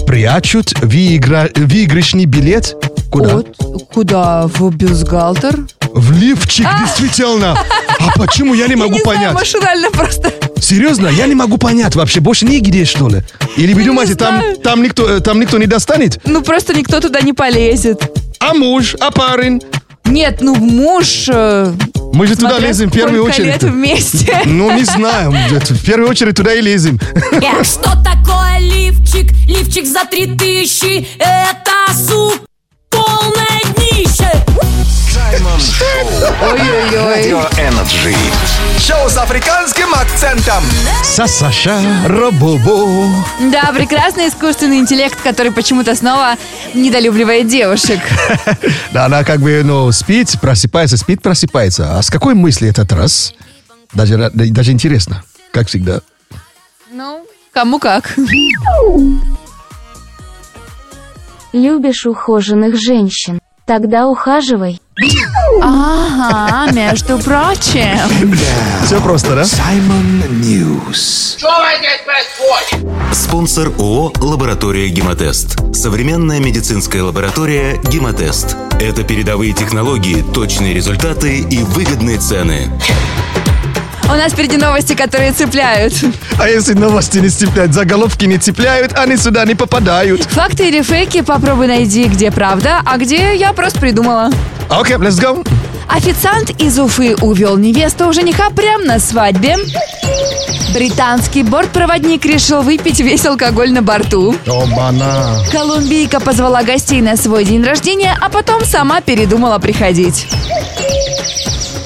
Прячут выигра- выигрышный билет куда? Вот куда? В бюстгальтер? В лифчик, действительно. А почему я не А. Я могу не знаю, понять? машинально просто. Серьезно, я не могу понять вообще. Больше нигде, что ли? Или вы думаете, там, там, никто, э, там никто не достанет? Ну, просто никто туда не полезет. А муж? А парень? Нет, ну муж... э, Мы же туда смотря лезем в первую сколько очередь. лет вместе. Ну, не знаю. Это В первую очередь туда и лезем. Что такое лифчик? Лифчик за три тысячи Это суп полное днище Саймон Шоу. Ой-ой-ой. Радио Энерджи. Шоу с африканским акцентом. Сасаша Робобо. Да, прекрасный искусственный интеллект, который почему-то снова недолюбливает девушек. Да, она как бы, ну, спит, просыпается, спит, просыпается. А с какой мысли этот раз? Даже, ра- даже интересно, как всегда. Ну, кому как. Любишь ухоженных женщин? Тогда ухаживай. Ага, А, между прочим. Все просто, да? Саймон Ньюс. Спонсор ООО «Лаборатория Гемотест». Современная медицинская лаборатория «Гемотест». Это передовые технологии, точные результаты и выгодные цены. У нас впереди новости, которые цепляют. А если новости не цепляют, заголовки не цепляют, они сюда не попадают. Факты или фейки, попробуй найди, где правда, а где я просто придумала. Окей, let's go. Официант из Уфы увел невесту у жениха прямо на свадьбе. Британский бортпроводник решил выпить весь алкоголь на борту. Обана. Колумбийка позвала гостей на свой день рождения, а потом сама передумала приходить.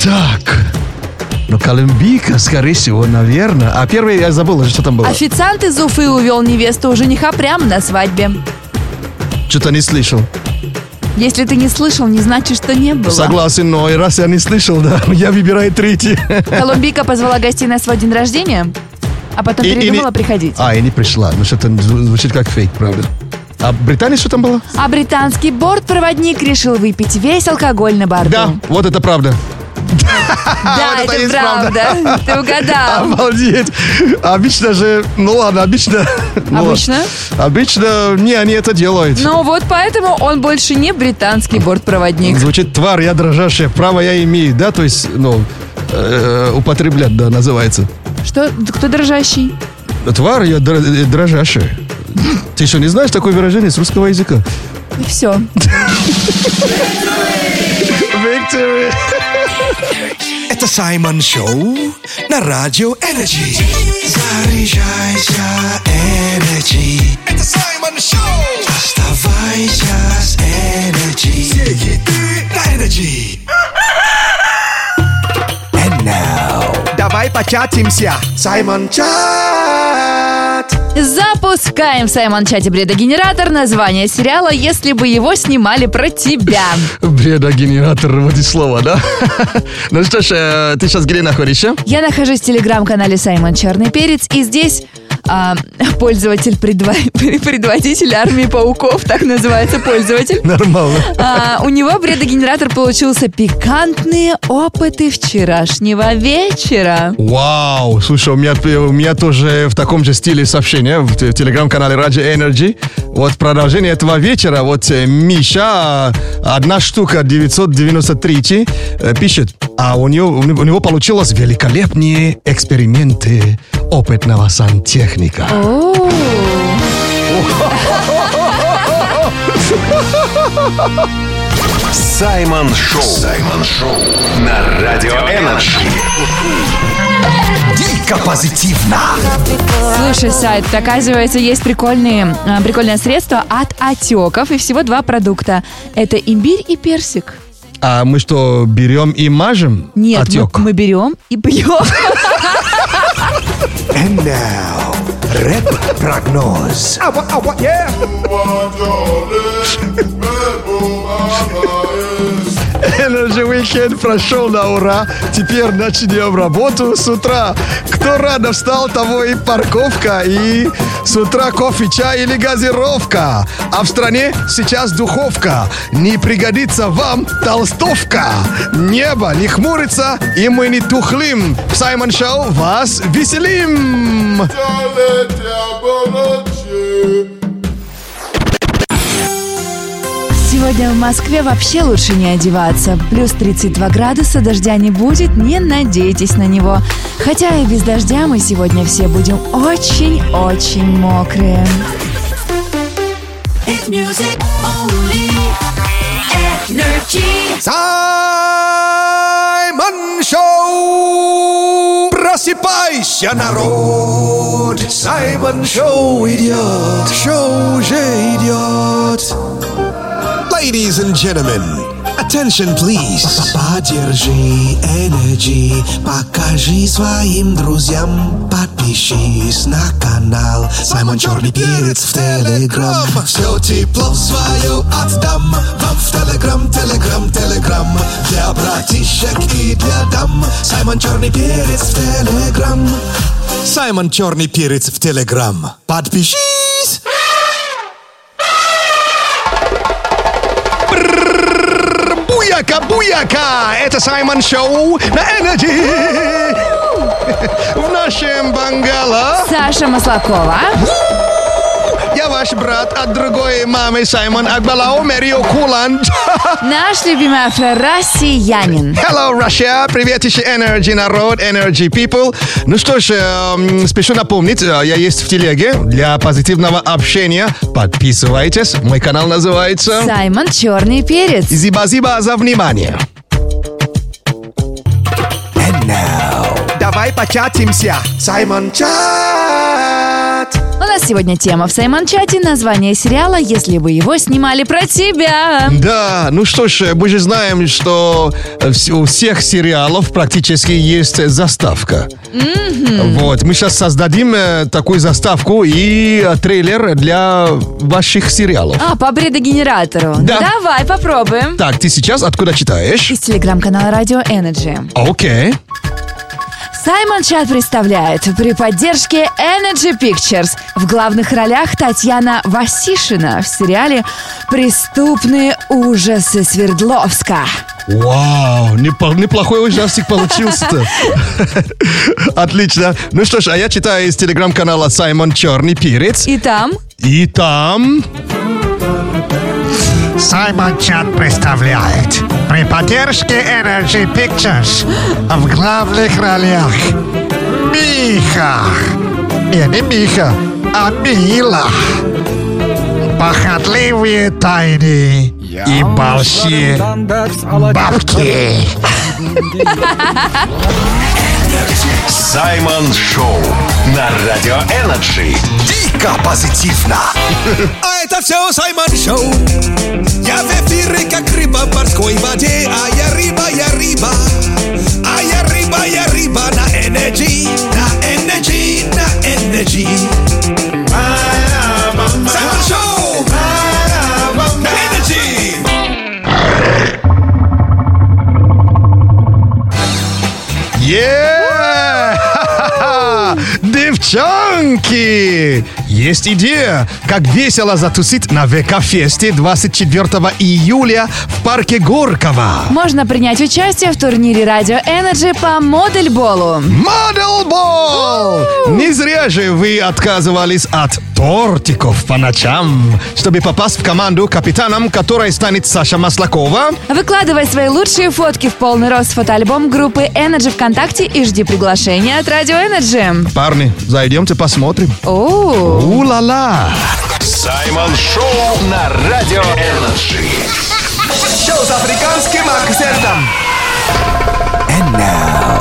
Так. Ну, Колумбийка, скорее всего, наверное. А первый я забыл, уже, что там А было. Официант из Уфы увел невесту у жениха прямо на свадьбе. Что-то не слышал. Если ты не слышал, не значит, что не было. Согласен, но и раз я не слышал, да, я выбираю третий. Колумбийка позвала гостей на свой день рождения, а потом И- и не- передумала приходить. А, и не пришла. Ну, что-то зву- звучит как фейк, правда. А британец что там было? А британский бортпроводник решил выпить весь алкоголь на борту. Да, вот это правда. Да, Вот это есть правда. Ты угадал. Обалдеть. Обычно же, ну ладно, обычно. ну ладно. Обычно? Обычно не они это делают. Ну вот поэтому он больше не британский бортпроводник. Звучит тварь, я дрожащая, право я имею, да, то есть, ну, э, употреблять, да, называется. Что? Кто дрожащий? Тварь, я др- э, дрожащая. Ты еще не знаешь такое выражение с русского языка? И все. Victory. Это Саймон Шоу на Радио Энерджи. Заряжайся, Энерджи. Это Саймон Шоу. Оставайся с Энерджи. на Энерджи. And now. Давай початимся. Саймон Чат. Запускаем в Саймон Чате бредогенератор название сериала, если бы его снимали про тебя. Бредогенератор, вот и слова, да? Ну что ж, э, ты сейчас где находишься? Я нахожусь в телеграм-канале Саймон Черный Перец, и здесь а, пользователь предва- предводитель армии пауков, так называется пользователь. Нормально. А, у него бредогенератор получился пикантные опыты вчерашнего вечера. Вау, слушай, у меня, у меня тоже в таком же стиле сообщение в, те- в телеграм-канале Radio Energy. Вот продолжение этого вечера, вот э, Миша, э, одна штука 993 э, пишет, а у него, у него у него получилось великолепные эксперименты опытного сантехника. О, Саймон Шоу. Саймон Шоу на Радио Энерджи. Дико позитивно. Слушай, сайт, оказывается, есть прикольные, а, прикольное средство от отеков и всего два продукта. Это имбирь и персик. А мы что, берем и мажем Нет, мы- отек? Мы, берем и пьем. And now, рэп-прогноз. Energy Weekend прошел на ура. Теперь начнем работу с утра. Кто рано встал, того и парковка. И с утра кофе, чай или газировка. А в стране сейчас духовка. Не пригодится вам толстовка. Небо не хмурится, и мы не тухлим. В Саймон Шоу вас веселим. Сегодня Сегодня в Москве вообще лучше не одеваться. Плюс 32 градуса, дождя не будет, не надейтесь на него. Хотя и без дождя мы сегодня все будем очень-очень мокрые. Саймон Шоу! Просыпайся, народ! Саймон Шоу идет! Шоу уже идет! Ladies and gentlemen, Attention, please. Поддержи Energy, покажи своим друзьям, подпишись на канал. Саймон Черный Перец в Телеграм. Все тепло свое отдам вам в Телеграм, Телеграм, Телеграм. Для братишек и для дам. Саймон Черный Перец в Телеграм. Саймон Черный Перец в Телеграм. Подпишись! Буяка, буяка! Это Саймон Шоу на Энерджи! В нашем бангало Саша Маслакова. я ваш брат от другой мамы Саймон Акбалао Мерио Кулан. Наш любимый афро-россиянин. Hello, Russia! Привет еще Energy народ, Energy people. Ну что ж, эм, спешу напомнить, э, я есть в телеге для позитивного общения. Подписывайтесь, мой канал называется... Саймон Черный Перец. Зиба-зиба за внимание. Давай початимся. Саймон Чат. У нас сегодня тема в Саймон-чате. Название сериала «Если бы его снимали про тебя». Да, ну что ж, мы же знаем, что вс- у всех сериалов практически есть заставка. Вот, мы сейчас создадим э, такую заставку и э, трейлер для ваших сериалов. А, по бредогенератору. Ну, Да. давай, попробуем. Так, ты сейчас откуда читаешь? Из телеграм-канала Радио Energy. Окей. Саймон Чат представляет при поддержке Energy Pictures в главных ролях Татьяна Васишина в сериале «Преступные ужасы Свердловска». Вау, непо- неплохой ужастик получился. Отлично. Ну что ж, а я читаю из телеграм-канала Саймон Черный Перец. И там? И там... Саймон Чат представляет при поддержке Energy Pictures в главных ролях Миха. Не, не Миха, а Мила. Похотливые тайны и большие бабки. Саймон Шоу на Радио Энерджи. Дико позитивно. А это все Саймон Шоу. Я в эфире, как рыба в морской воде. А я рыба, я рыба. А я рыба, я рыба на энергии. На энергии, на энергии. Саймон Шоу. На энергии. Yeah! Девчонки! Есть идея, как весело затусить на ВК-фесте 24 июля в парке Горького. Можно принять участие в турнире Радио Energy по модельболу. Модельбол! Не зря же вы отказывались от тортиков по ночам, чтобы попасть в команду капитаном, которой станет Саша Маслакова. Выкладывай свои лучшие фотки в полный рост в фотоальбом группы Energy ВКонтакте и жди приглашения от Радио Energy. Парни, зайдемте посмотрим. О, У-ла-ла! Саймон Шоу на Радио Энерджи. Шоу с африканским акцентом. And now.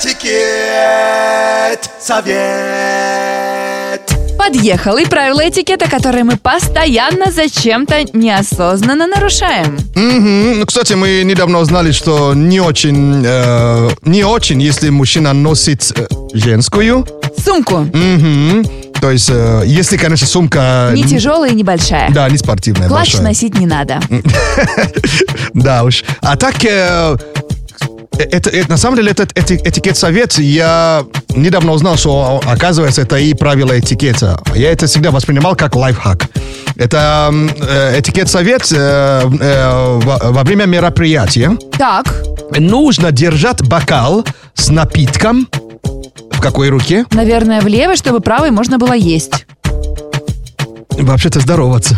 Этикет. Совет. подъехал и правила этикета, которые мы постоянно зачем-то неосознанно нарушаем. Мгм. Ну, Кстати, мы недавно узнали, что не очень, э, не очень, если мужчина носит э, женскую. Сумку. Мгм. То есть, э, если, конечно, сумка... Не тяжелая и небольшая. Да, не спортивная. Плащ большая. носить не надо. Да уж. А так, э, это, это- на самом деле, этот эти- этикет-совет, я недавно узнал, что, оказывается, это и правило этикета. Я это всегда воспринимал как лайфхак. Это м, э, этикет-совет э, э, во, во время мероприятия. Так, Нужно держать бокал с напитком в какой руке? наверное, влево, чтобы правой можно было есть. Вообще-то здороваться.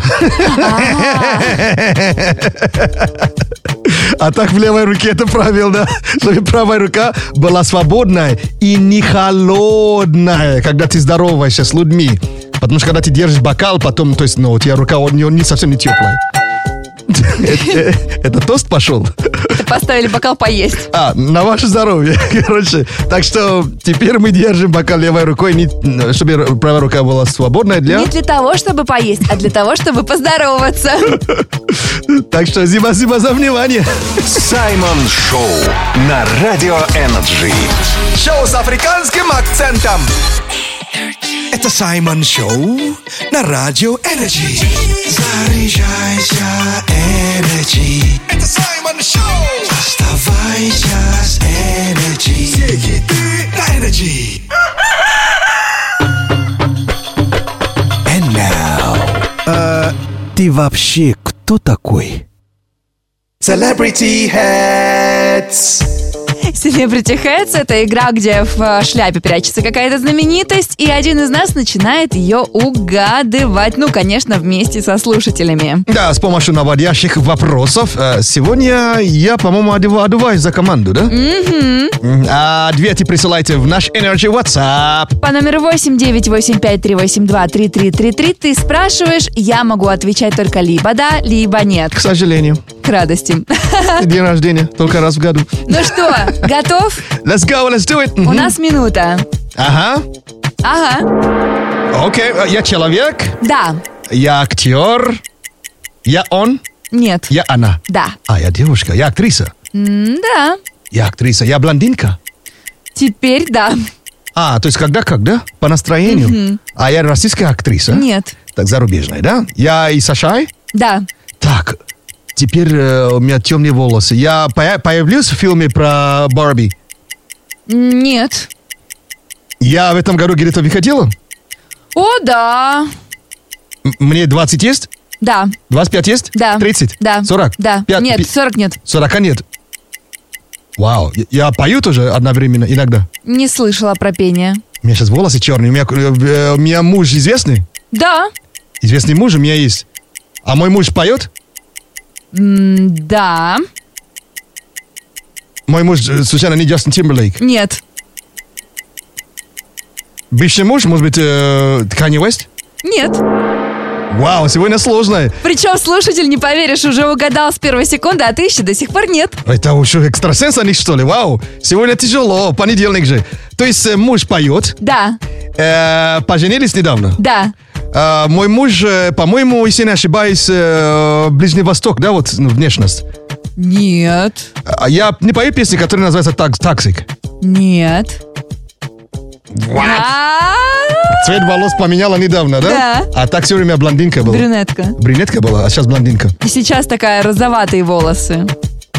А так в левой руке это правило, да? Чтобы правая рука была свободная и не холодная, когда ты здороваешься с людьми. Потому что когда ты держишь бокал, потом, то есть, ну, у тебя рука, он, он не совсем не теплая. Это, это тост пошел? Поставили бокал поесть. А, на ваше здоровье, короче. Так что теперь мы держим бокал левой рукой, не- чтобы правая рука была свободная для... Не для того, чтобы поесть, а для того, чтобы поздороваться. Так что спасибо за внимание. Саймон Шоу на Радио Энерджи. Шоу с африканским акцентом. Это Саймон Шоу на Радио Энерджи. Заряжайся, Энерджи. Это Саймон Шоу. Оставайся с Энерджи. Все хиты на Энерджи. And now. Э, ты вообще кто такой? Celebrity Heads. Celebrity Heads — это игра, где в э, шляпе прячется какая-то знаменитость, и один из нас начинает ее угадывать. Ну, конечно, вместе со слушателями. Да, с помощью наводящих вопросов. э, Сегодня я, по-моему, одева- одеваюсь за команду, да? Мгм. Мгм. А ответы присылайте в наш Energy WhatsApp. По номеру 89853823333 ты спрашиваешь, я могу отвечать только либо да, либо нет. К сожалению. К радости. День рождения, только раз в году. Ну что, готов? Let's go, let's do it. У Мгм. нас минута. Ага, Ага. окей, э, я человек, Да. я актер, я он, Нет. я она. Да. А, я девушка, я актриса, М, Да. я актриса, я блондинка. Теперь да. А, то есть когда, когда? По настроению. Мгм. А я российская актриса? Нет. Так, зарубежная, да? Я из США? Да. Так, теперь э, у меня темные волосы. Я поя- появлюсь в фильме про Барби? Нет. Я в этом году где-то выходила? О, да. М- Мне 20 есть? Да. 25 есть? Да. 30? Да. 40? Да. Пя- пи- Нет, 40 нет. 40 нет. Вау, я- я пою тоже одновременно иногда. Не слышала про пение. У меня сейчас волосы черные, у меня, э, у меня муж известный. Да. Известный муж у меня есть. А мой муж поет? М, Да. Мой муж, э, случайно, не Джастин Тимберлейк. Нет. Бывший муж, может быть, э, Канье Уэст? Нет. Вау, сегодня сложно. Причем слушатель, не поверишь, уже угадал с первой секунды, а ты еще до сих пор нет. Это уж экстрасенс они, что ли? Вау, сегодня тяжело, понедельник же. То есть э, муж поет, Да. э, поженились недавно. Да. Э, мой муж, э, по-моему, если не ошибаюсь, э, Ближний Восток, да, вот ну, внешность. Нет. А Я не пою песни, которая называется «Так- «Таксик». Нет. Цвет волос поменяла недавно, да? Да. А так все время блондинка была. Брюнетка. Брюнетка была, а сейчас блондинка. И сейчас такая розоватые волосы.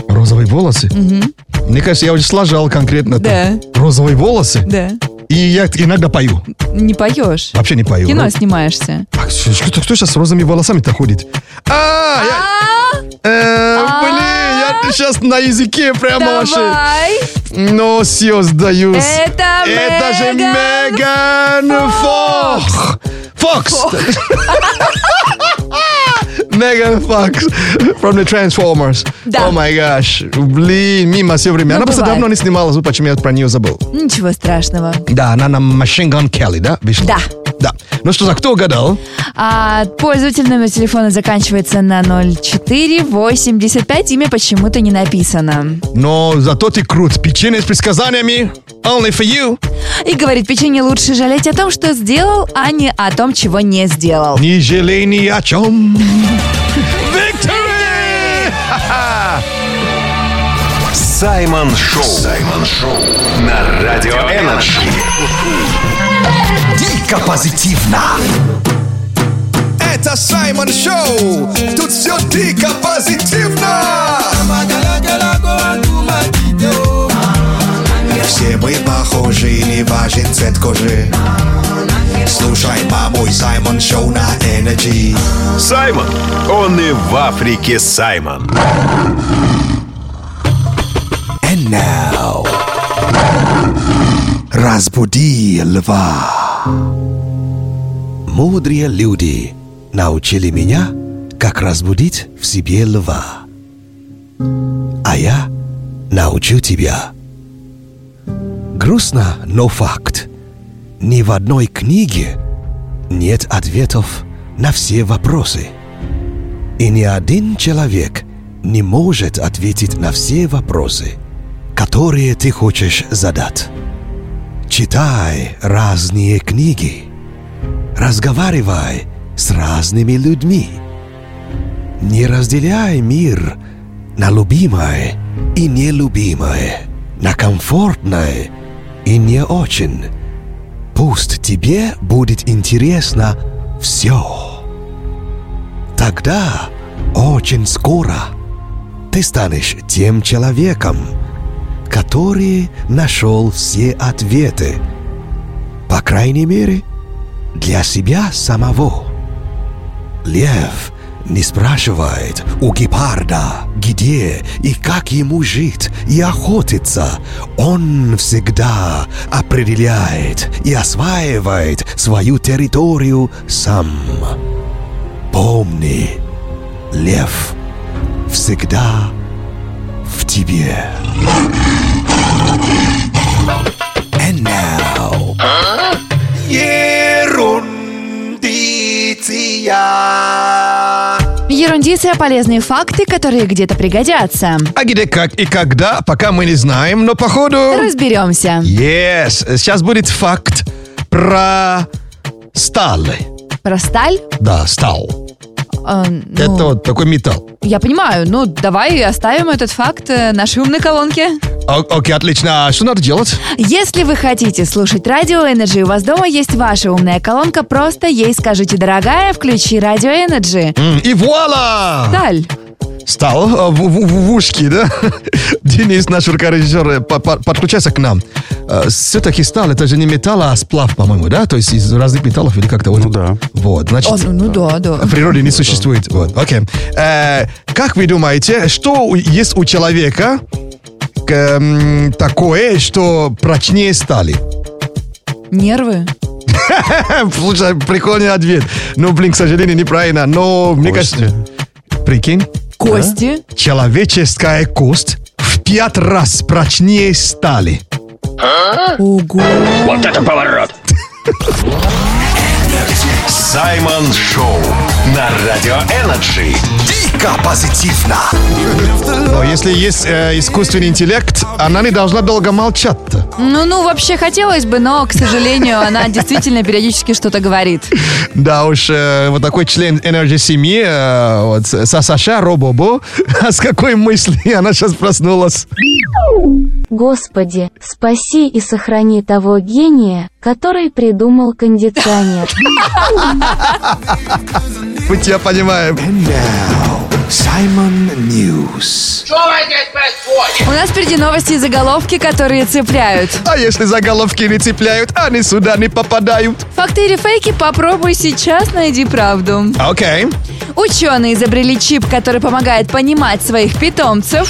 Розовые волосы. Мгм. Мне кажется, я уже сложал конкретно. Да. Розовые волосы. Да. И я иногда пою. Не поешь. Вообще не пою. Ну, Кино да? снимаешься. Так, что- что- Кто сейчас с розовыми волосами-то ходит? А, я- Э, Блин, я сейчас на языке прямо вообще. А? Давай. Но все, сдаюсь. Это Это же Меган Меган Фокс. Фокс. Меган Фокс from the Transformers. Да. О май гаш. Блин, мимо все время. Ну, Она просто бывает. давно не снималась, вот почему я про нее забыл. Ничего страшного. Да, она на Machine Gun Kelly, да, вышла? Да. Да. Ну что, за кто угадал? А, пользователь номер телефона заканчивается на 0485. Имя почему-то не написано. Но зато ты крут. Печенье с предсказаниями. Only for you. И говорит, печенье лучше жалеть о том, что сделал, а не о том, чего не сделал. Не жалей ни о чем. Victory! Ха-ха! Саймон Шоу. Саймон Шоу на Радио Энерджи. Дико позитивно. Это Саймон Шоу. Тут все дико позитивно. Все мы похожи, не важен цвет кожи. Слушай, мамой Саймон Шоу на Энерджи. Саймон. Он и в Африке Саймон. And now. Разбуди льва. Мудрые люди научили меня, как разбудить в себе льва. А я научу тебя. Грустно, но факт. Ни в одной книге нет ответов на все вопросы. И ни один человек не может ответить на все вопросы, которые ты хочешь задать. Читай разные книги, разговаривай с разными людьми. Не разделяй мир на любимое и нелюбимое, на комфортное и не очень. Пусть тебе будет интересно все. Тогда очень скоро ты станешь тем человеком, который нашел все ответы, по крайней мере, для себя самого. Лев не спрашивает у гепарда, где и как ему жить и охотиться. Он всегда определяет и осваивает свою территорию сам. Помни, лев всегда в тебе. And now... Ерундиция. Ерундиция – полезные факты, которые где-то пригодятся. А где, как и когда, пока мы не знаем, но походу... Разберемся. Yes, сейчас будет факт про сталь. Про сталь? Да, стал. Э, ну, Это вот такой металл. Я понимаю, ну давай оставим этот факт э, нашей умной колонке. О- Окей, отлично. А что надо делать? Если вы хотите слушать радио Energy, у вас дома есть ваша умная колонка, просто ей скажите, дорогая, включи радио Energy. М, И вуала! Даль. Стал э, в, в- в ушки, да? Денис, наш рукорежиссер, э, по- по- подключайся к нам. Э, Все-таки стал, это же не металл, а сплав, по-моему, да? То есть из разных металлов или как-то вот. Ну да. Вот, значит... О, ну, ну да, да. В природе не существует. Вот, окей. Э, как вы думаете, что у- есть у человека к, эм, такое, что прочнее стали? Нервы. Слушай, прикольный ответ. Ну, блин, к сожалению, неправильно. Но мне кажется... Прикинь? Кости. Человеческая кость в пять раз прочнее стали. Ого. Вот это поворот! Саймон Шоу на Радио Энерджи. Дико позитивно. Но если есть э, искусственный интеллект, она не должна долго молчать. Ну, ну, вообще хотелось бы, но, к сожалению, она действительно периодически что-то говорит. Да уж, э, вот такой член Energy семьи, э, вот, с- со Саша Робобо, а с какой мысли она сейчас проснулась? Господи, спаси и сохрани того гения, который придумал кондиционер. Мы тебя понимаем. Саймон Ньюс. У нас впереди новости и заголовки, которые цепляют. А если заголовки не цепляют, они сюда не попадают. Факты или фейки, попробуй сейчас, найди правду. Окей. Ученые изобрели чип, который помогает понимать своих питомцев.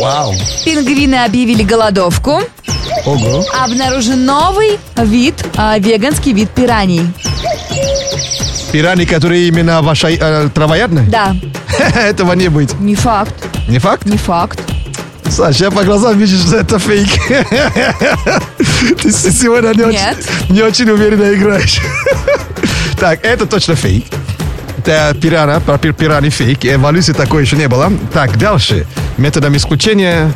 Вау. Пингвины объявили голодовку. Ого. Обнаружен новый вид, а, веганский вид пираний. Пирани, которые именно вашей э, травоядной? Да. Этого не быть. Не факт, Не факт? не факт. Саш, я по глазам вижу, что это фейк. Ты с- сегодня не Нет. очень, не очень уверенно играешь. Так, это точно фейк. Это пирана, про пир- пирани фейк. Эволюции такой еще не было. Так, дальше. Методом исключения...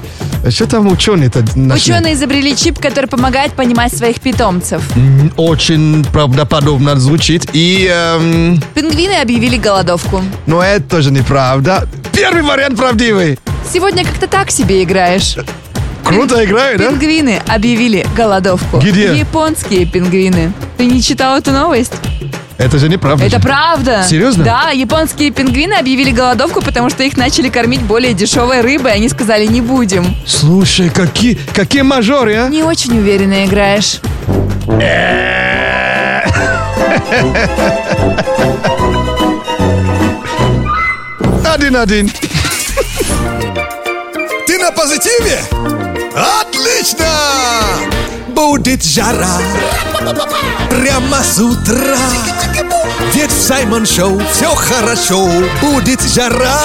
Что там ученые-то нашли? Ученые изобрели чип, который помогает понимать своих питомцев. М, Очень правдоподобно звучит. И... эм, Пингвины объявили голодовку. но это тоже неправда. Первый вариант правдивый. Сегодня как-то так себе играешь. Круто играю, да? Пингвины объявили голодовку. Где? Японские пингвины. Ты не читал эту новость? Это же неправда. Это же. правда. Серьезно? Да, японские пингвины объявили голодовку, потому что их начали кормить более дешевой рыбой. Они сказали, не будем. Слушай, какие, какие мажоры, а? Не очень уверенно играешь. Один-один. Ты на позитиве? Отлично! Будет жара прямо с утра. Ведь в Саймон Шоу все хорошо, будет жара.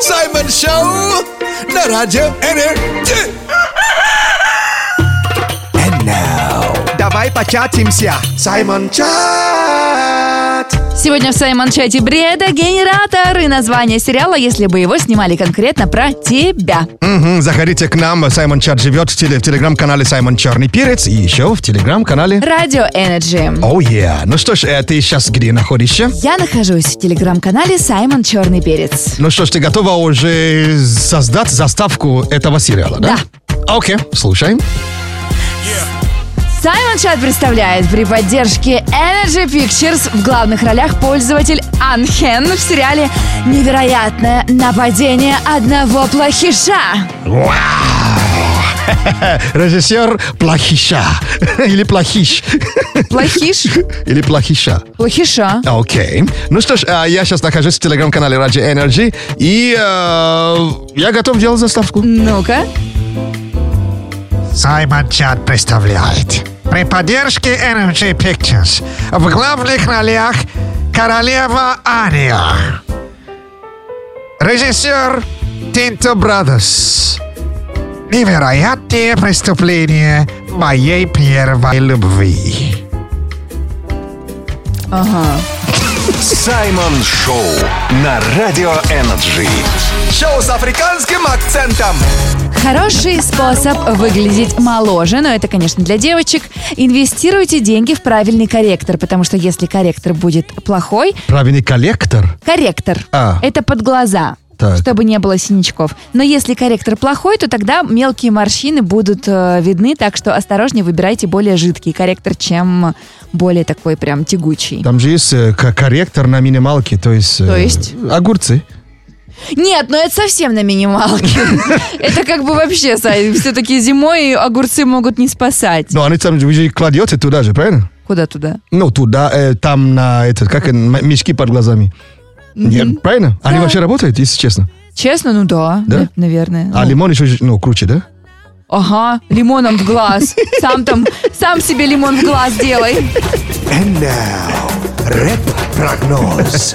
Саймон Шоу на радио Энерджи. Давай початимся. Саймон Чат. Сегодня в Саймон Чате бреда генератор и название сериала, если бы его снимали конкретно про тебя. Мгм, заходите к нам. Саймон Чат живет в, теле- в телеграм-канале Саймон Черный Перец и еще в телеграм-канале... Радио Energy. Оу, yeah. Ну что ж, э, ты сейчас где находишься? Я нахожусь в телеграм-канале Саймон Черный Перец. Ну что ж, ты готова уже создать заставку этого сериала, да? Да. Окей, слушаем. Саймон Чат представляет при поддержке Energy Pictures в главных ролях пользователь Анхен в сериале «Невероятное нападение одного плохиша». Вау! Режиссер Плохиша. Или Плохиш. Плохиш? Или Плохиша. Плохиша. Окей. Ну что ж, а, я сейчас нахожусь в телеграм-канале Раджи Energy, и э, я готов делать заставку. Ну-ка. Саймон Чат представляет. При поддержке Energy Pictures в главных ролях королева Аня. Режиссер Тинто Брадос. Невероятные преступления моей первой любви. Ага. Саймон Шоу на Радио Энерджи. Шоу с африканским акцентом. Хороший способ выглядеть моложе, но это, конечно, для девочек. Инвестируйте деньги в правильный корректор, потому что если корректор будет плохой, Правильный коллектор. корректор А. это под глаза. Так. Чтобы не было синячков. Но если корректор плохой, то тогда мелкие морщины будут э, видны, так что осторожнее выбирайте более жидкий корректор, чем более такой прям тягучий. Там же есть э, к- корректор на минималке, то есть... э, То есть? Огурцы. Нет, ну это совсем на минималке. Это как бы вообще, Сань, все-таки зимой огурцы могут не спасать. Но Ну, они там, же- вы же кладете туда же, правильно? Куда туда? Ну, туда, э, там на этот, как э, м- мешки под глазами. Нет, правильно? Они Да. вообще работают, если честно. Честно, ну да, Да? на- наверное. А Ну, лимон еще, ж- ну, круче, да? Ага, лимоном в глаз. Сам там, сам себе лимон в глаз делай. And now, рэп прогноз.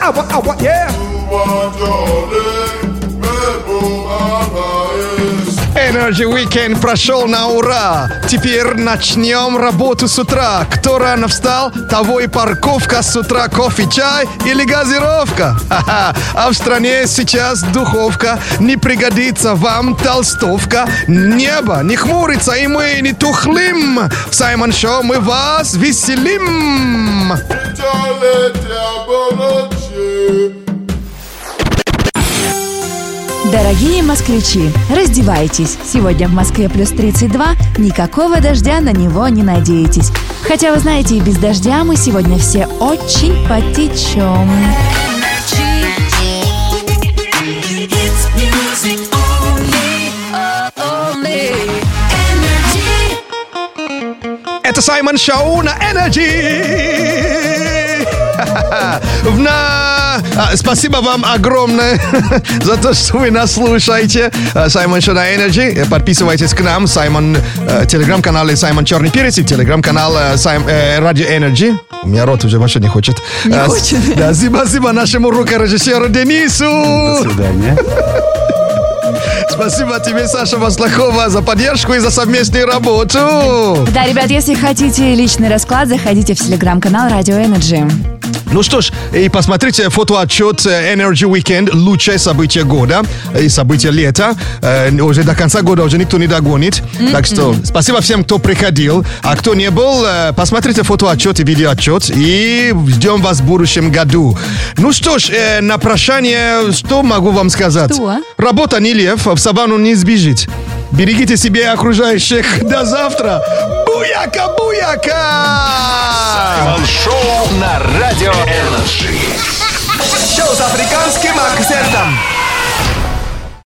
Energy Weekend прошел на ура! Теперь начнем работу с утра. Кто рано встал, того и парковка с утра. Кофе, чай или газировка. Ха-ха. А в стране сейчас духовка. Не пригодится вам толстовка. Небо не хмурится, и мы не тухлим. В Саймон Шоу мы вас веселим. Дорогие москвичи, раздевайтесь. Сегодня в Москве плюс 32, никакого дождя на него не надеетесь. Хотя вы знаете, и без дождя мы сегодня все очень потечем. Это Саймон Шоу на Energy. В на- А, Спасибо вам огромное за то, что вы нас слушаете. А, Саймон Шоу на Energy. Э, Подписывайтесь к нам. Саймон, э, телеграм-канал Саймон Черный Перец и телеграм-канал э, Сайм- э, Радио Energy. У меня рот уже вообще не хочет. Не Э, с- хочет. Да, спасибо нашему рукорежиссеру Денису. До свидания. Спасибо тебе, Саша Маслакова, за поддержку и за совместную работу. Да, ребят, если хотите личный расклад, заходите в телеграм-канал Радио Energy. Ну что ж, и посмотрите фотоотчет э, Energy Weekend, лучшее событие года и событие лета. Э, Уже до конца года уже никто не догонит. Так что спасибо всем, кто приходил. А кто не был, э, посмотрите фотоотчет и видеоотчет. И ждем вас в будущем году. Ну что ж, э, на прощание, что могу вам сказать? Что? Работа не лев, в саванну не сбежит. Берегите себя и окружающих. До завтра. Буяка, буяка! Саймон Шоу на Радио Энерджи. Шоу с африканским акцентом.